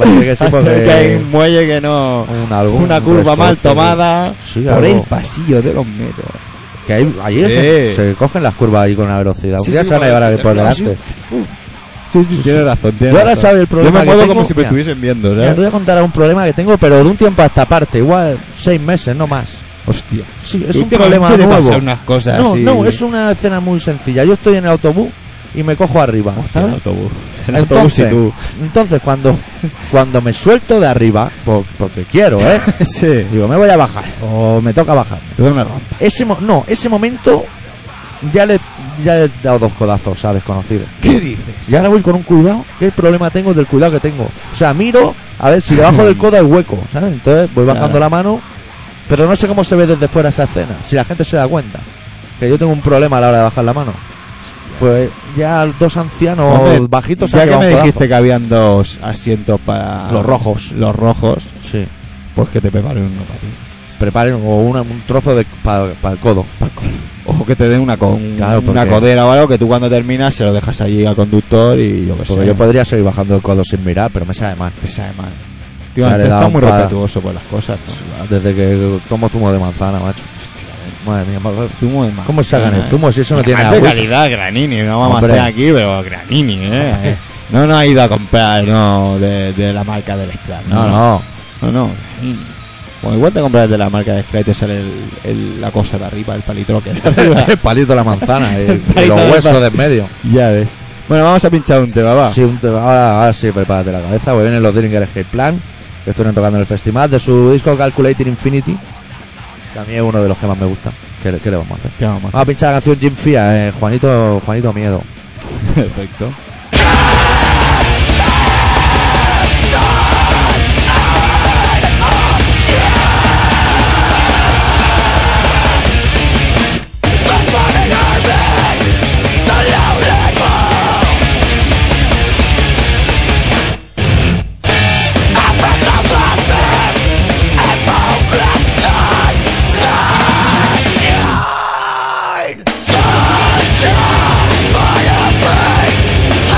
Va a ser que sí porque...
que hay un muelle que no.
un- algún
Una curva mal
resorte,
tomada
Sí,
por
algo.
el pasillo de los metros.
Que hay, allí
Sí.
se- se cogen las curvas ahí con una velocidad. Un
Sí,
día
sí,
se van a
bueno,
llevar a por
sí,
delante.
Sí, sí, tienes razón. Tienes
Yo ahora
razón.
sabes el problema
Yo me
que
muevo
tengo.
como si me
Mira.
estuviesen viendo,
Mira, te
¿sabes?
voy a contar un problema que tengo, pero de un tiempo a esta parte, igual seis meses, no más.
Hostia.
Sí, es un
Últimamente
problema
me
nuevo.
pasan unas cosas
No,
así.
no, es una escena muy sencilla. Yo estoy en el autobús y me cojo arriba,
Hostia, el
¿sabes?
autobús. El autobús y
Entonces,
tú.
entonces cuando, cuando me suelto de arriba, por- porque quiero, ¿eh?
Sí.
Digo, me voy a bajar o me toca bajar.
Te doy una rampa.
Ese mo- no, ese momento ya le, ya le he dado dos codazos a desconocido.
¿Qué dices?
Y ahora voy con un cuidado. ¿Qué problema tengo del cuidado que tengo? O sea, miro a ver si debajo del codo hay hueco, ¿sabes? Entonces voy bajando
Claro.
la mano, pero no sé cómo se ve desde fuera esa escena. Si la gente se da cuenta que yo tengo un problema a la hora de bajar la mano. Pues ya dos ancianos
Hombre,
bajitos
Ya
han
que
llevado
me
un codazo.
dijiste que habían dos asientos para
Los rojos.
los rojos,
Sí,
pues que te preparen uno para ti.
preparen o una- un trozo de para el codo.
Ojo que te den una, con,
Claro,
una
porque-
codera o algo que tú cuando terminas se lo dejas allí al conductor y yo qué sé.
Porque yo podría seguir bajando el codo sin mirar, pero me sale mal.
Te sabe mal. Tío,
Ya le he
antes
dado
está
un
muy
pa-
respetuoso con las cosas.
Desde que tomo zumo de manzana, macho. Madre mía, madre-
Zumo de
¿cómo sacan el zumo si eso no tiene
Además de
agua?
calidad, Granini. No vamos
Hombre.
a hacer aquí, pero Granini, ¿eh? No, no ha ido a comprar, no, de, de la marca del Scrap.
No, no.
No, no. Bueno, igual te compras de la marca de Sky y te sale el- el- la cosa de arriba, el palitroque de arriba.
El palito de la manzana, el-
El palito
los
de la
huesos
manzana. Ah.
de en medio.
ya ves. Bueno, vamos a pinchar un tema, va.
Sí, un tema- ahora, ahora sí, prepárate la cabeza, porque vienen los Dillinger Escape Plan, que estuvieron tocando en el festival, de su disco Calculating Infinity, que a mí es uno de los que más me gusta. ¿Qué, le- qué le vamos a hacer?
¿Qué vamos a
Vamos a pinchar la canción Jim Fia, eh, Juanito, Juanito Miedo.
hacer? Perfecto.
Sunshine,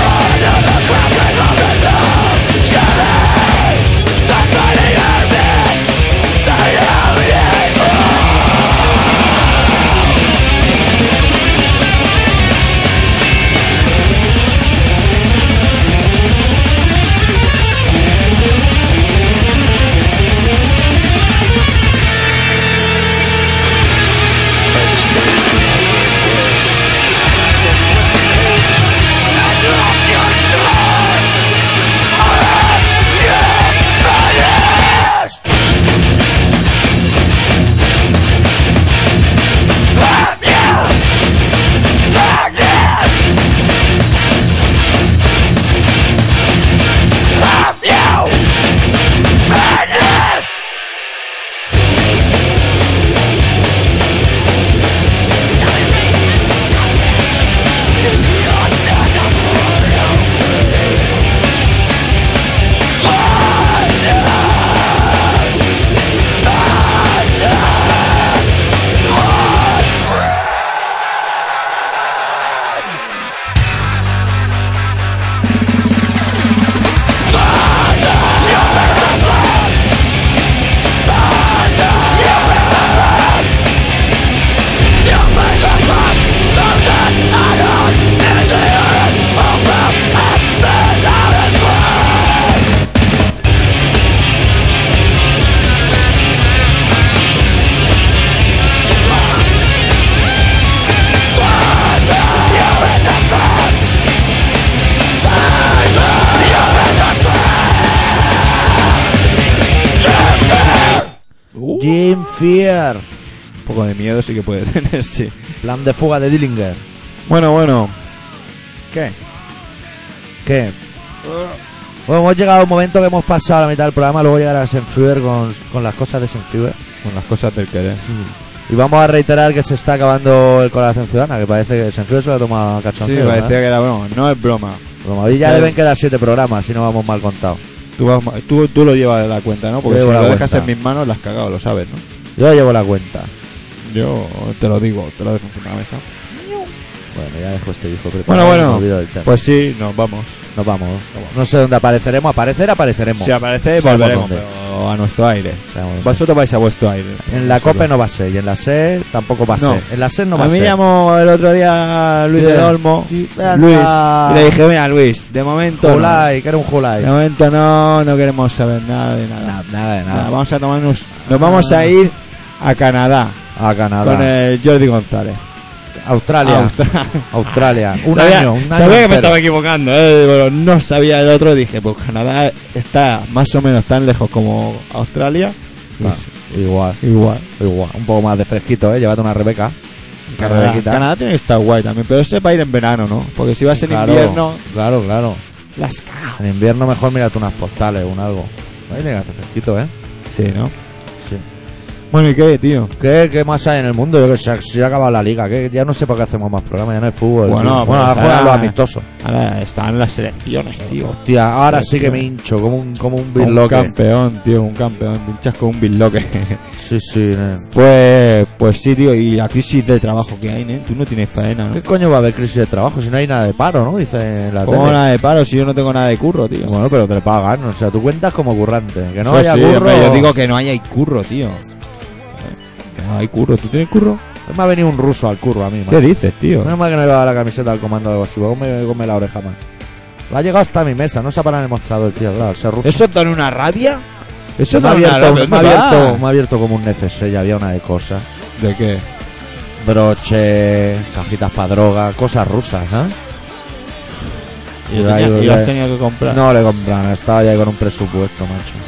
fire, pain,
Uh.
Jim Fear.
Un poco de miedo sí que puede tener, sí.
Plan de fuga de Dillinger.
Bueno, bueno.
¿Qué? ¿Qué?
Uh.
Bueno, hemos llegado a un momento que hemos pasado a la mitad del programa, luego llegará Senfuer con, con las cosas de Senfuer.
Con las cosas del querer.
Y vamos a reiterar que se está acabando el corazón ciudadana, que parece que Senfuer se lo ha tomado a
Sí,
cachondeo.
parecía
¿verdad?
que era broma. No es broma.
Como ahí ya
Claro.
deben quedar siete programas, si no vamos mal contados.
Tú, vas ma- tú, tú lo llevas de la cuenta, ¿no? Porque
Llevo
si
la
lo dejas en
cuenta.
mis manos, las cagado, lo sabes, ¿no?
Yo llevo la cuenta.
Yo te lo digo, te lo dejo encima de la mesa.
Bueno, ya dejo este disco
Bueno,
preparado.
bueno.
me olvido del tema.
Pues sí, nos vamos.
nos vamos.
Nos vamos.
No sé dónde apareceremos. Aparecer, apareceremos.
Si aparece,
Sabemos
volveremos
dónde.
pero a nuestro aire.
Sabemos dónde.
Vosotros vais a vuestro aire.
En la
Vosotros.
COPE no va a ser, y en la SE tampoco va a
No.
ser. En la SE no va
a
a
mí
ser.
llamó el otro día Luis
Sí.
del Olmo.
Sí.
Luis.
Anda.
Y le dije, mira, Luis, de momento. no.
Julai, que era un Julai.
De momento no, no queremos saber nada de nada.
Na- nada de
Nada,
nada.
vamos a tomarnos. Nos vamos a ir a Canadá
A Canadá.
con el Jordi González.
Australia.
A Australia.
Australia. Un
sabía,
año. Un año
sabía que me
entero.
estaba equivocando, eh, pero no sabía el otro. Dije, pues Canadá está más o menos tan lejos como Australia. Y
Ah,
sí,
Igual,
igual.
igual. Un poco más de fresquito, ¿eh? Llévate una Rebeca. Una
Canadá,
Rebequita.
Canadá tiene que estar guay también, pero sepa ir en verano, ¿no? Porque si vas en
Claro,
invierno,
Claro, claro.
las cagas.
En invierno mejor mírate unas postales, un algo. Ahí le hace fresquito, ¿eh?
Sí, ¿no?
Sí.
Bueno, ¿y qué, tío?
¿Qué, qué más hay en el mundo? Yo que se ha, se ha acabado la liga. que Ya no sé para qué hacemos más programas. Ya no hay fútbol.
Bueno,
tío.
pues
bueno ahora
ahora-
juegan los amistosos.
Ahora están las selecciones, tío.
Hostia, ahora
Pero,
sí que
tío.
me hincho como un, como un
Pues Un
birloque.
campeón, tío, un campeón. Pinchas con un bisloque.
Sí, sí, nen.
pues, pues sí, tío, y la crisis de trabajo que hay, ¿eh? Tú no tienes faena, ¿no?
¿Qué coño va a haber crisis de trabajo si no hay nada de paro, no? Dice la
¿Cómo
tele.
nada de paro si yo no tengo nada de curro, tío?
Bueno, pero te pagan, o sea, tú cuentas como currante. Que no
Eso
haya
pues sí,
curro.
hombre, yo digo que no hay curro, tío. Que No hay curro. ¿Tú tienes curro?
Me ha venido un ruso al curro a mí,
¿Qué
man.
dices, tío?
Menos mal que no llevaba la camiseta al comando o algo así, porque me come la oreja más. La ha llegado hasta mi mesa, no se ha parado en el mostrador, tío, claro, ese ruso.
¿Eso da una rabia? Eso
me ha
da una
abierto,
rabia.
me ha
¿verdad?
abierto, me ha abierto como un neceser, había una de cosas.
¿De qué?
Broche, cajitas para droga, cosas rusas, ¿eh?
Y lo
Ya,
tenía-
yo
y lo has
ya-
tenido que comprar.
No le compran, estaba ya con un presupuesto, macho.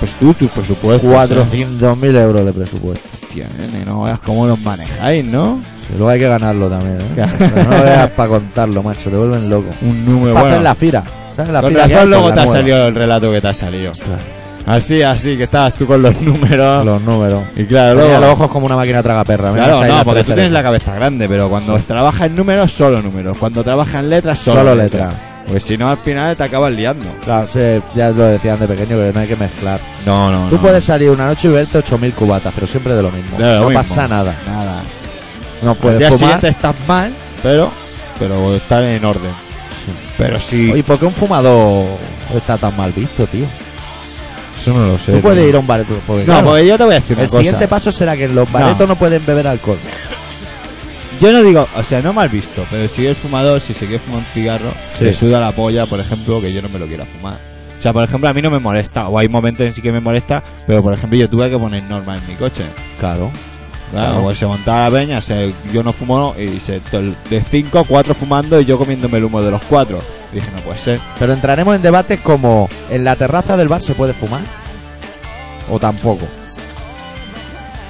pues tú, tu presupuesto.
400.000 euros de presupuesto.
Hostia, nene, no veas cómo los manejáis, ¿no?
Sí, luego hay que ganarlo también, ¿eh? Pero no veas para contarlo, macho, te vuelven loco.
Un número
Para
bueno.
hacer la fira. ¿Sabes? La
Con
fira que
razón
hacen,
luego
la
te ha
nueva.
salido el relato que te ha salido.
Ostras,
Así, así, que estabas tú con los números.
Los números.
Y claro,
Tenía
luego...
los ojos como una máquina tragaperra. mira,
Claro,
esa
no,
isla
porque tú
tercera.
tienes la cabeza grande, pero cuando trabajas en números, solo números. Cuando trabajas en letras, solo,
Solo
letras.
letras.
Pues si no, al final te acabas liando.
Claro, sí, ya lo decían de pequeño que no hay que mezclar.
No, no,
Tú puedes salir una noche y beberte 8000 cubatas, pero siempre de lo mismo.
De lo
no
mismo.
pasa nada.
Nada.
No
Al día
puedes fumar.
siguiente estás mal, pero... Pero estar en orden. Pero sí...
Oye, ¿por qué un fumador está tan mal visto, tío?
eso no lo sé.
Tú
tío.
puedes ir a un bareto. Porque,
No,
claro,
porque yo te voy a decir
el
una cosa.
siguiente paso será que en los baretos no. pueden beber alcohol.
Yo no digo, o sea, no mal visto, pero si el fumador, si se quiere fumar un cigarro,
Sí.
le suda la polla, por ejemplo, que yo no me lo quiera fumar. O sea, por ejemplo, a mí no me molesta, o hay momentos en sí que me molesta, pero por ejemplo, yo tuve que poner norma en mi coche.
Claro.
Claro,
Claro.
pues se montaba la peña, se- yo no fumo, y se, de cinco, cuatro fumando y yo comiéndome el humo de los cuatro. Y dije, no puede ser.
Pero entraremos en debates como: ¿en la terraza del bar se puede fumar? ¿O tampoco?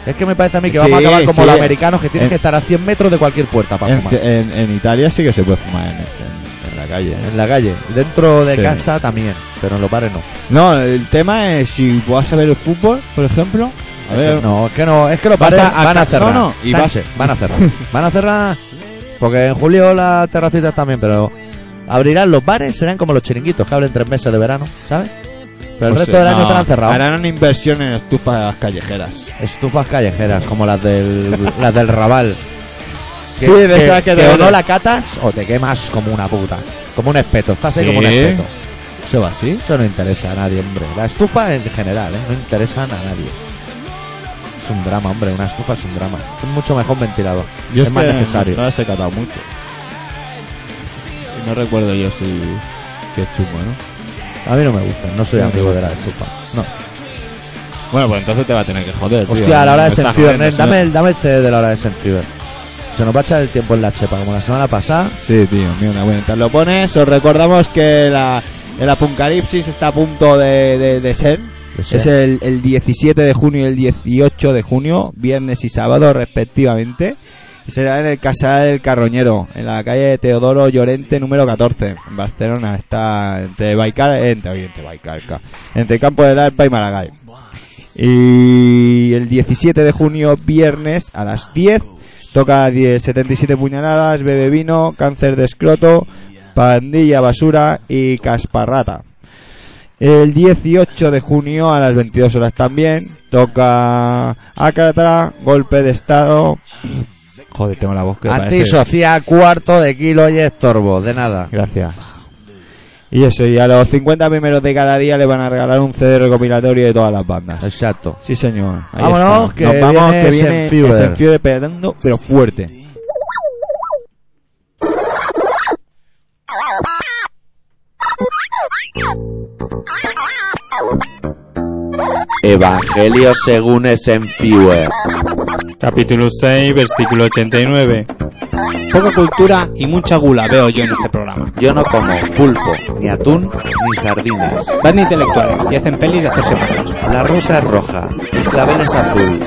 Es que me parece a mí que
Sí,
vamos a acabar como
sí.
los americanos que tienen
En-
que estar a 100 metros de cualquier puerta para
En,
fumar.
en- en Italia sí que se puede fumar en, en- en la calle. ¿eh?
En la calle. Dentro de
Sí.
casa también, pero en los bares no.
No, el tema es si vas a ver el fútbol, por ejemplo. A ver,
No, es que no, es que los
Vas
bares
a- a
van a
ca-
cerrar.
no, no, y
Sánchez,
vas-
van a cerrar. van a cerrar porque en julio las terracitas también, pero abrirán los bares, serán como los chiringuitos que abren tres meses de verano, ¿sabes? Pero el
Pues,
resto del
eh,
año
no,
estarán cerrados.
Harán una inversión en estufas callejeras.
Estufas callejeras, como las del, las del Raval. Que,
Sí, de
que-
esas que
que
te-
o no la catas o te quemas como una puta. Como un espeto, estás ahí
Sí.
como un espeto.
¿Eso va así?
Eso no interesa a nadie, hombre. La estufa en general, ¿eh? No interesan a nadie. Es un drama, hombre. Una estufa es un drama. Es mucho mejor un ventilador.
Yo
es más
este-
necesario.
Ahora se he catado mucho. Y no recuerdo yo si, si es chungo, ¿no?
A mí no me gusta. No soy
No
amigo
te
de la estufa. No.
Bueno, pues entonces te va a tener que joder. tío.
Hostia, a la hora de
Me estás
Senfiber,
jodiendo,
Nen. Dame el, dame el CD de la hora de Senfiber. Se nos va a echar el tiempo en la chepa, como la semana pasada.
Sí, tío, mira, bueno, te lo pones. Os recordamos que la, el apocalipsis está a punto de, de, de ser.
que sea.
Es el, el 17 de junio y el 18 de junio, viernes y sábado respectivamente. Y será en el Casal El Carroñero, en la calle Teodoro Llorente número 14, en Barcelona. Está entre Baikal, entre, oye, entre Baikal, ca- entre Campo del Alpa y Maragall. Y el 17 de junio, viernes, a las 10, toca 10, 77 puñaladas, bebe vino, cáncer de escroto, pandilla basura y casparrata. El 18 de junio a las 22 horas también toca Acatra, golpe de estado. Joder, tengo la voz que parece-
Antisocial, cuarto de kilo y estorbo, de nada.
Gracias. Y eso, y a los 50 primeros de cada día le van a regalar un CD recopilatorio de todas las bandas.
Exacto.
Sí, señor. Ahí
Vámonos,
está.
que
Nos vamos,
viene
que viene
Senfuer.
Senfuer pegando, pero fuerte.
Evangelio según Eisenhower.
Capítulo 6, versículo 89. Poca cultura y mucha gula veo yo en este programa.
Yo no como pulpo, ni atún, ni sardinas.
Van de intelectuales y hacen pelis de hacerse malos.
La rosa es roja, el clavel es azul.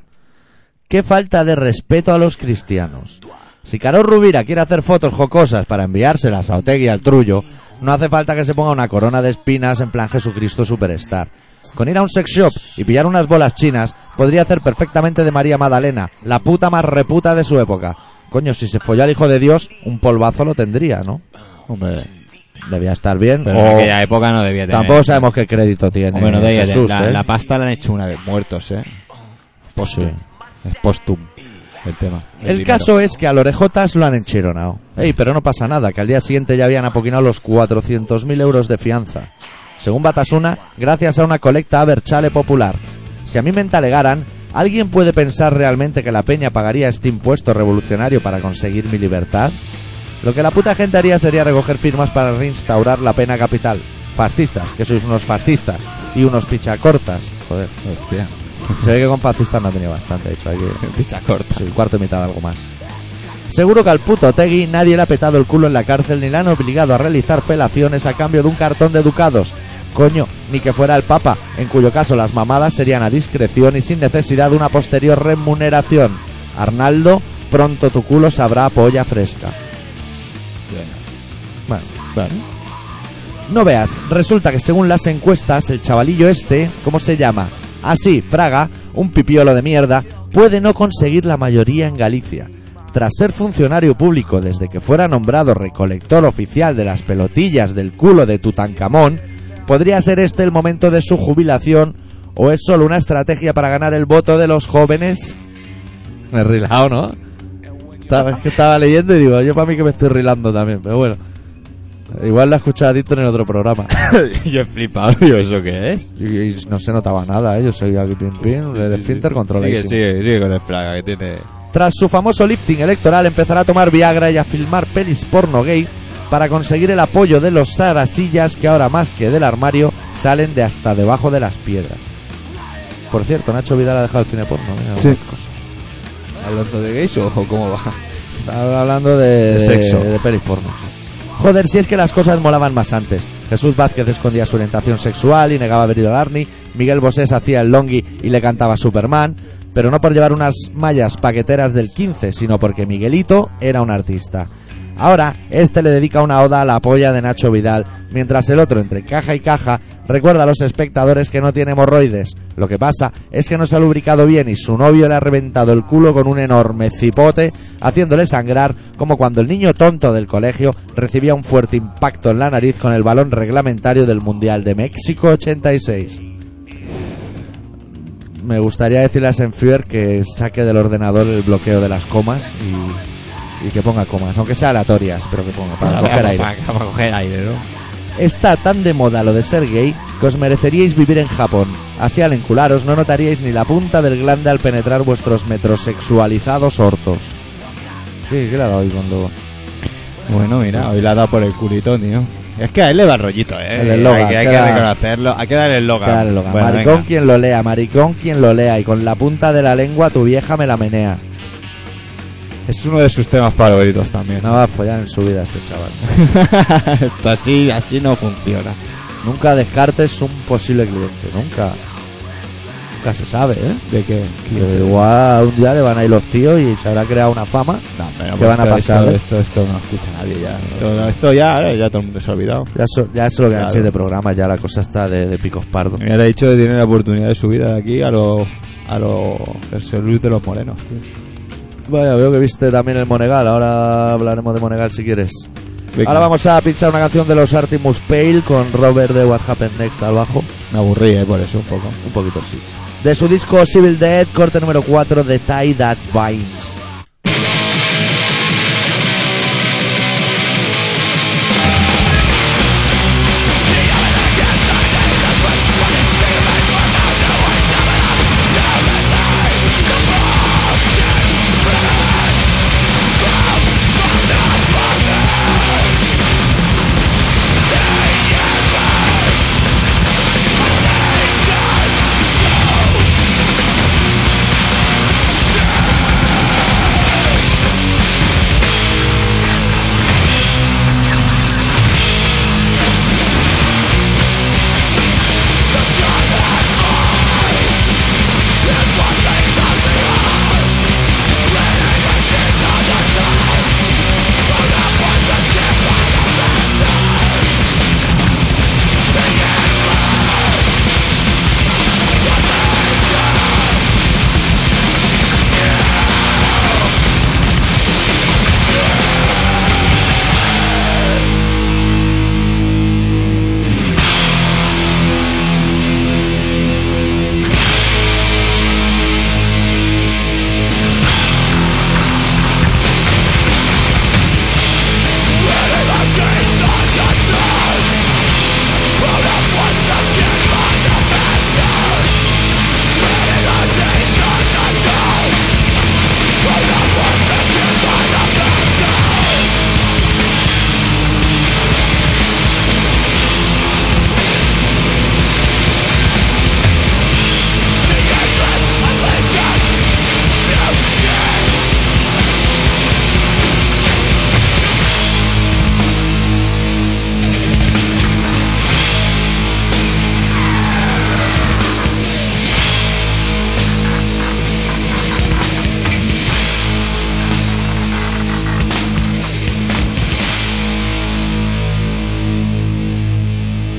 Qué falta de respeto a los cristianos. Si Carol Rubira quiere hacer fotos jocosas para enviárselas a Otegui y al Trullo, no hace falta que se ponga una corona de espinas en plan Jesucristo Superstar. Con ir a un sex shop y pillar unas bolas chinas, podría hacer perfectamente de María Magdalena, la puta más reputa de su época. Coño, si se folló al hijo de Dios, un polvazo lo tendría, ¿no?
Hombre,
Debía estar bien.
pero
o
en aquella época no debía tener.
tampoco sabemos qué crédito tiene
Hombre, no debía tener.
Jesús,
La,
¿eh?
la pasta la han hecho una vez muertos, ¿eh?
Pues sí.
Es postum el tema.
El
dinero.
caso es que a Lorejotas lo han enchironado. Ey, pero no pasa nada, que al día siguiente ya habían apoquinado los 400.000 euros de fianza. Según Batasuna, gracias a una colecta Aberchale popular. Si a mí me entalegaran, ¿alguien puede pensar realmente que la peña pagaría este impuesto revolucionario para conseguir mi libertad? Lo que la puta gente haría sería recoger firmas para reinstaurar la pena capital. Fascistas, que sois unos fascistas y unos pichacortas. Joder,
Hostia,
se ve que con fascistas no ha tenido bastante, de hecho, hay que-
picha corta.
Sí, cuarto y mitad, algo más. Seguro que al puto Otegui nadie le ha petado el culo en la cárcel ni le han obligado a realizar felaciones a cambio de un cartón de ducados. Coño, ni que fuera el Papa, en cuyo caso las mamadas serían a discreción y sin necesidad de una posterior remuneración. Arnaldo, pronto tu culo sabrá a polla fresca. Bueno.
Vale.
No veas, resulta que según las encuestas, el chavalillo este, ¿cómo se llama? Así, Fraga, un pipiolo de mierda, puede no conseguir la mayoría en Galicia. Tras ser funcionario público desde que fuera nombrado recolector oficial de las pelotillas del culo de Tutankamón, podría ser este el momento de su jubilación o es solo una estrategia para ganar el voto de los jóvenes. Me he rilado, ¿no? Estaba, es que estaba leyendo y digo, yo para mí que me estoy rilando también, pero bueno. Igual la escuchaba Dito en el otro programa.
Yo he flipado, digo, ¿eso qué es?
Y, y no se notaba nada, ¿eh? yo soy aquí pin pin, el esfínter
Sigue,
controladísimo.
sigue, sigue con el plaga que tiene.
Tras su famoso lifting electoral empezará a tomar Viagra y a filmar pelis porno gay para conseguir el apoyo de los sarasillas que ahora más que del armario salen de hasta debajo de las piedras. Por cierto, Nacho Vidal ha dejado el cine porno. ¿eh? mira,
Sí.
qué cosa.
¿Hablando de gays o o cómo va?
Estaba hablando de,
De sexo.
de pelis porno. Joder, si es que las cosas molaban más antes. Jesús Vázquez escondía su orientación sexual y negaba haber ido al Arni. Miguel Bosé se hacía el longi y le cantaba Superman. Pero no por llevar unas mallas paqueteras del 15, sino porque Miguelito era un artista. Ahora, este le dedica una oda a la polla de Nacho Vidal, mientras el otro, entre caja y caja, recuerda a los espectadores que no tiene hemorroides. Lo que pasa es que no se ha lubricado bien y su novio le ha reventado el culo con un enorme cipote, haciéndole sangrar, como cuando el niño tonto del colegio recibía un fuerte impacto en la nariz con el balón reglamentario del Mundial de México 86. Me gustaría decirle a Senfuer que saque del ordenador el bloqueo de las comas y, y que ponga comas, aunque sea aleatorias, pero que ponga para coger aire.
Para, para coger aire, ¿no?
Está tan de moda lo de ser gay que os mereceríais vivir en Japón. Así al encularos no notaríais ni la punta del glande al penetrar vuestros metrosexualizados hortos. ¿Qué, qué le ha dado ahí cuando...?
Bueno, mira, hoy la ha dado por el culito, tío. Es que a él le va el rollito, ¿eh?
El eslogan,
hay, que- hay
queda-
que reconocerlo. Hay que darle el logo.
Claro, loca. maricón quien lo lea, maricón quien lo lea y con la punta de la lengua tu vieja me la menea.
Es uno de sus temas favoritos también.
No va a follar en su vida este chaval.
Esto así, así no funciona.
Nunca descartes un posible cliente, nunca. Nunca se sabe, ¿eh?
¿De qué?
Que igual un día le van a ir los tíos y se habrá creado una fama.
No, pues pero
¿Qué van a
esto-
pasar, eh?
Esto, esto, no escucha nadie ya. Esto, esto ya, ya todo el mundo se ha olvidado.
Ya, so- ya solo quedan
Claro.
siete programas, ya la cosa está de, de picos pardos.
Ya te he dicho que tiene la oportunidad de subir de aquí a los. a los. el Sir Luis de los Morenos, tío.
Vaya, veo que viste también el Monegal, ahora hablaremos de Monegal si quieres.
Venga,
Ahora vamos a pinchar una canción de los Artimus Pale con Robert de What Happened Next al bajo.
Me aburrí, eh, por eso un poco.
Un poquito sí. De su disco Civil Dead, corte número 4 de Tie That Binds.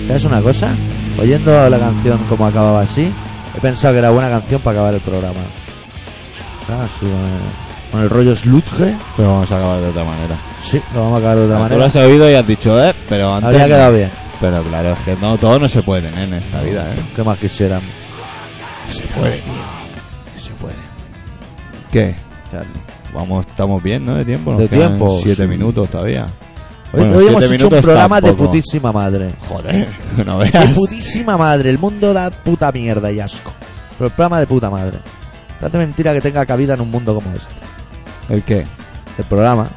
¿Sabes una cosa? Oyendo la canción como acababa así, he pensado que era buena canción para acabar el programa. Ah, sí, eh, con el rollo Sludge,
Pero vamos a acabar de otra manera.
sí, lo vamos a acabar de otra
Tú lo
manera.
has oído y has dicho, eh, pero antes.
Habría quedado bien,
Pero claro, es que no, todos no se pueden eh, en esta vida, eh.
¿qué más quisieran?
Se puede,
Se puede.
¿Qué? Vamos, estamos bien, ¿no? De tiempo. Nos
De
quedan
tiempo,
Siete
sí.
minutos todavía.
Hoy,
Bueno,
hoy
siete
hemos hecho un
minutos
programa de
tampoco.
putísima madre.
Joder, no
De
veas.
putísima madre, el mundo da puta mierda y asco. Pero el programa de puta madre. No hace mentira que tenga cabida en un mundo como este.
¿El qué?
El programa.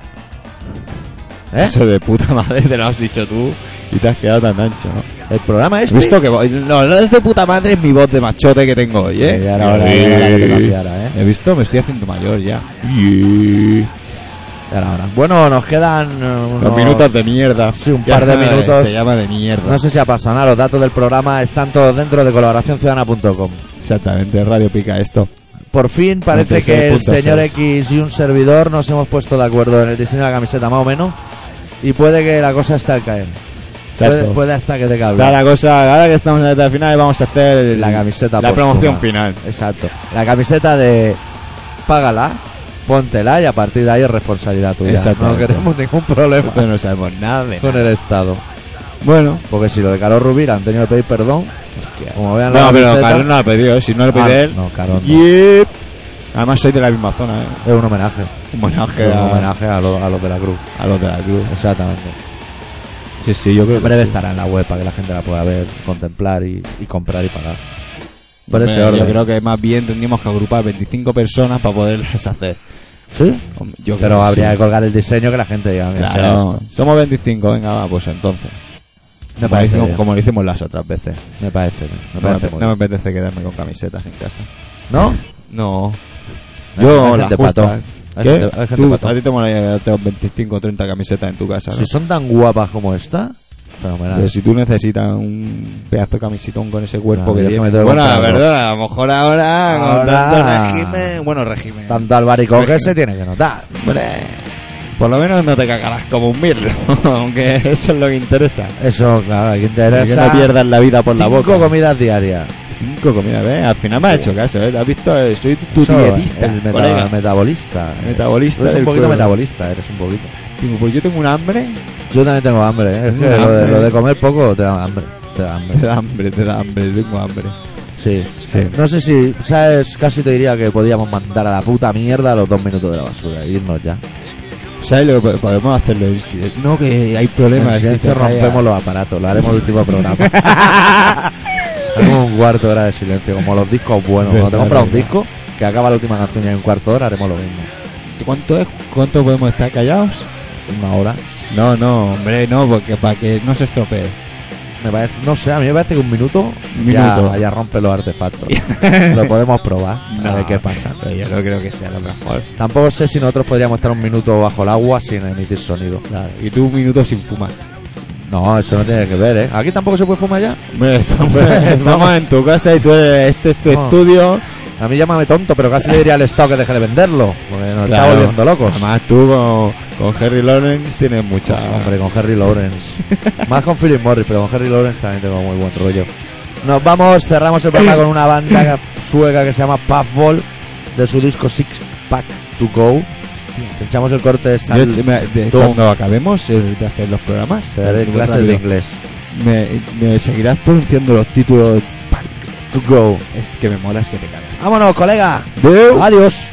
¿Eh?
Eso de puta madre te lo has dicho tú y te has quedado tan ancho, ¿no?
El programa
¿Has
este.
visto que voy? No, no es de puta madre, es mi voz de machote que tengo hoy, ¿eh?
Sí, ya era hora, ya era hora que te cambiara, ¿eh?
He visto, me estoy haciendo mayor ya.
Ya era hora. Bueno, nos quedan. eh, Unos...
Los minutos de mierda.
Sí, un
Ya
par de
se llama
minutos.
Se llama de mierda.
No sé si ha pasado nada, los datos del programa están todos dentro de colaboracionciudadana.com.
Exactamente, radio pica esto.
Por fin parece que el
96.6.
señor X y un servidor nos hemos puesto de acuerdo en el diseño de la camiseta, más o menos. Y puede que la cosa esté al caer.
Exacto.
Puede, puede hasta que te cable.
Está la cosa, ahora que estamos en la etapa final, vamos a hacer el-
La camiseta
La
póstuma.
promoción final.
Exacto. La camiseta de págala, póntela y a partir de ahí es responsabilidad tuya. No
Exactamente.
queremos ningún problema
Entonces no sabemos nada de
con el Estado.
Bueno,
Porque si lo de Carlos Rubira han tenido que pedir perdón, como vean la
no, pero
camiseta,
Carón no lo ha pedido, ¿eh? si no lo pide
Ah,
él.
no, Carón no.
Yep. Además, soy de la misma zona, ¿eh?
es un homenaje.
Un homenaje
Es un
a,
homenaje a, lo- a los de la Cruz.
a los de la cruz.
Exactamente.
Sí, sí, yo creo
En breve
que sí.
estará en la web para que la gente la pueda ver, contemplar y, y comprar y pagar. Por
Hombre,
ese orden.
Yo creo que más bien tendríamos que agrupar 25 personas para poderlas hacer.
¿Sí?
Hombre, Yo creo
Pero
que
habría
sí.
que colgar el diseño que la gente diga. mira, será
Claro,
esto.
somos 25, venga, va, pues entonces.
Me
como, lo
parece
hicimos,
bien.
como lo hicimos las otras veces.
Me parece. bien, Me
No me,
parece muy
no me
bien.
apetece quedarme con camisetas en casa.
¿No?
No.
Hay
Yo
gente
las
pató.
justas.
Hay
¿Qué?
gente- hay gente
Tú,
pató.
a ti te molaría quedarte con 25 o 30 camisetas en tu casa, ¿no?
Si son tan guapas como esta, fenomenal.
Pero si tú necesitas un pedazo de camisitón con ese cuerpo
Claro,
que
yo
tiene.
me tengo que
Bueno, la
comprar algo.
verdad, a lo mejor ahora, con
Ahora.
tanto régimen. Bueno, régimen.
Tanto albaricoque
pues,
que se tiene que notar.
Hombre, por lo menos no te cagarás como un mirlo. Aunque eso es lo que interesa.
Eso, claro, aquí interesa.
Que no pierdas la vida por la
cinco
boca.
comidas diarias.
Cinco comidas, ¿ves? Al final me has hecho caso, ¿eh? ¿Te has visto? Eh, Soy tu
Eso,
dietista,
el meta-
colega. Pues,
metabolista. eh.
Metabolista
Eres un
del
poquito
pueblo.
metabolista, eres un poquito.
Digo, pues yo tengo un hambre.
Yo también tengo hambre, ¿eh? Es que
Hambre.
Lo, de, lo de comer poco te da hambre. Te da hambre.
Te da hambre, te da hambre, tengo hambre.
Sí,
Sí.
No sé si, ¿sabes? Casi te diría que podíamos mandar a la puta mierda los dos minutos de la basura e irnos ya.
¿Sabes lo que po- podemos hacerlo? en silencio? No, que hay
En
problemas.
silencio
si te callas.
rompemos los aparatos, lo haremos el último programa. haremos un cuarto de hora de silencio, como los discos buenos. Cuando te
Verdad,
compras un
verdad.
disco, que acaba la última canción y hay un cuarto de hora, haremos lo mismo.
¿Cuánto es? ¿Cuánto podemos estar callados?
Una hora.
No, no, hombre, no, porque para que no se estropee.
Me parece, no sé, a mí me parece que un minuto,
Un
ya-
minuto.
Ya, rompe los artefactos. lo podemos probar, a ver qué pasa.
Ah, pero Yo no creo que sea lo mejor.
Tampoco sé si nosotros podríamos estar un minuto bajo el agua sin emitir sonido.
Claro, y tú un minuto sin fumar.
No, eso no tiene que ver, ¿eh? Aquí tampoco se puede fumar ya.
Hombre, estamos, estamos en tu casa y tú eres, este es tu
No.
estudio.
A mí llámame tonto, pero casi le diría al Estado que deje de venderlo. Porque nos
Claro.
está volviendo locos.
Además, tú con, con Harry Lawrence tienes mucha.
Hombre, con Harry Lawrence. Más con Philip Morris, pero con Harry Lawrence también tengo muy buen rollo. Nos vamos, cerramos el programa con una banda sueca que se llama Puffball, de su disco Six Pack to Go. Pinchamos el corte de
Yo,
Sal.
me- de-
Tú.
cuando acabemos eh, de hacer los programas,
Te daré
muy
clases de
rápido,
inglés.
me, me seguirás pronunciando los títulos.
To Go.
Es que me molas que te cagas.
¡Vámonos, colega!
Adeu.
¡Adiós!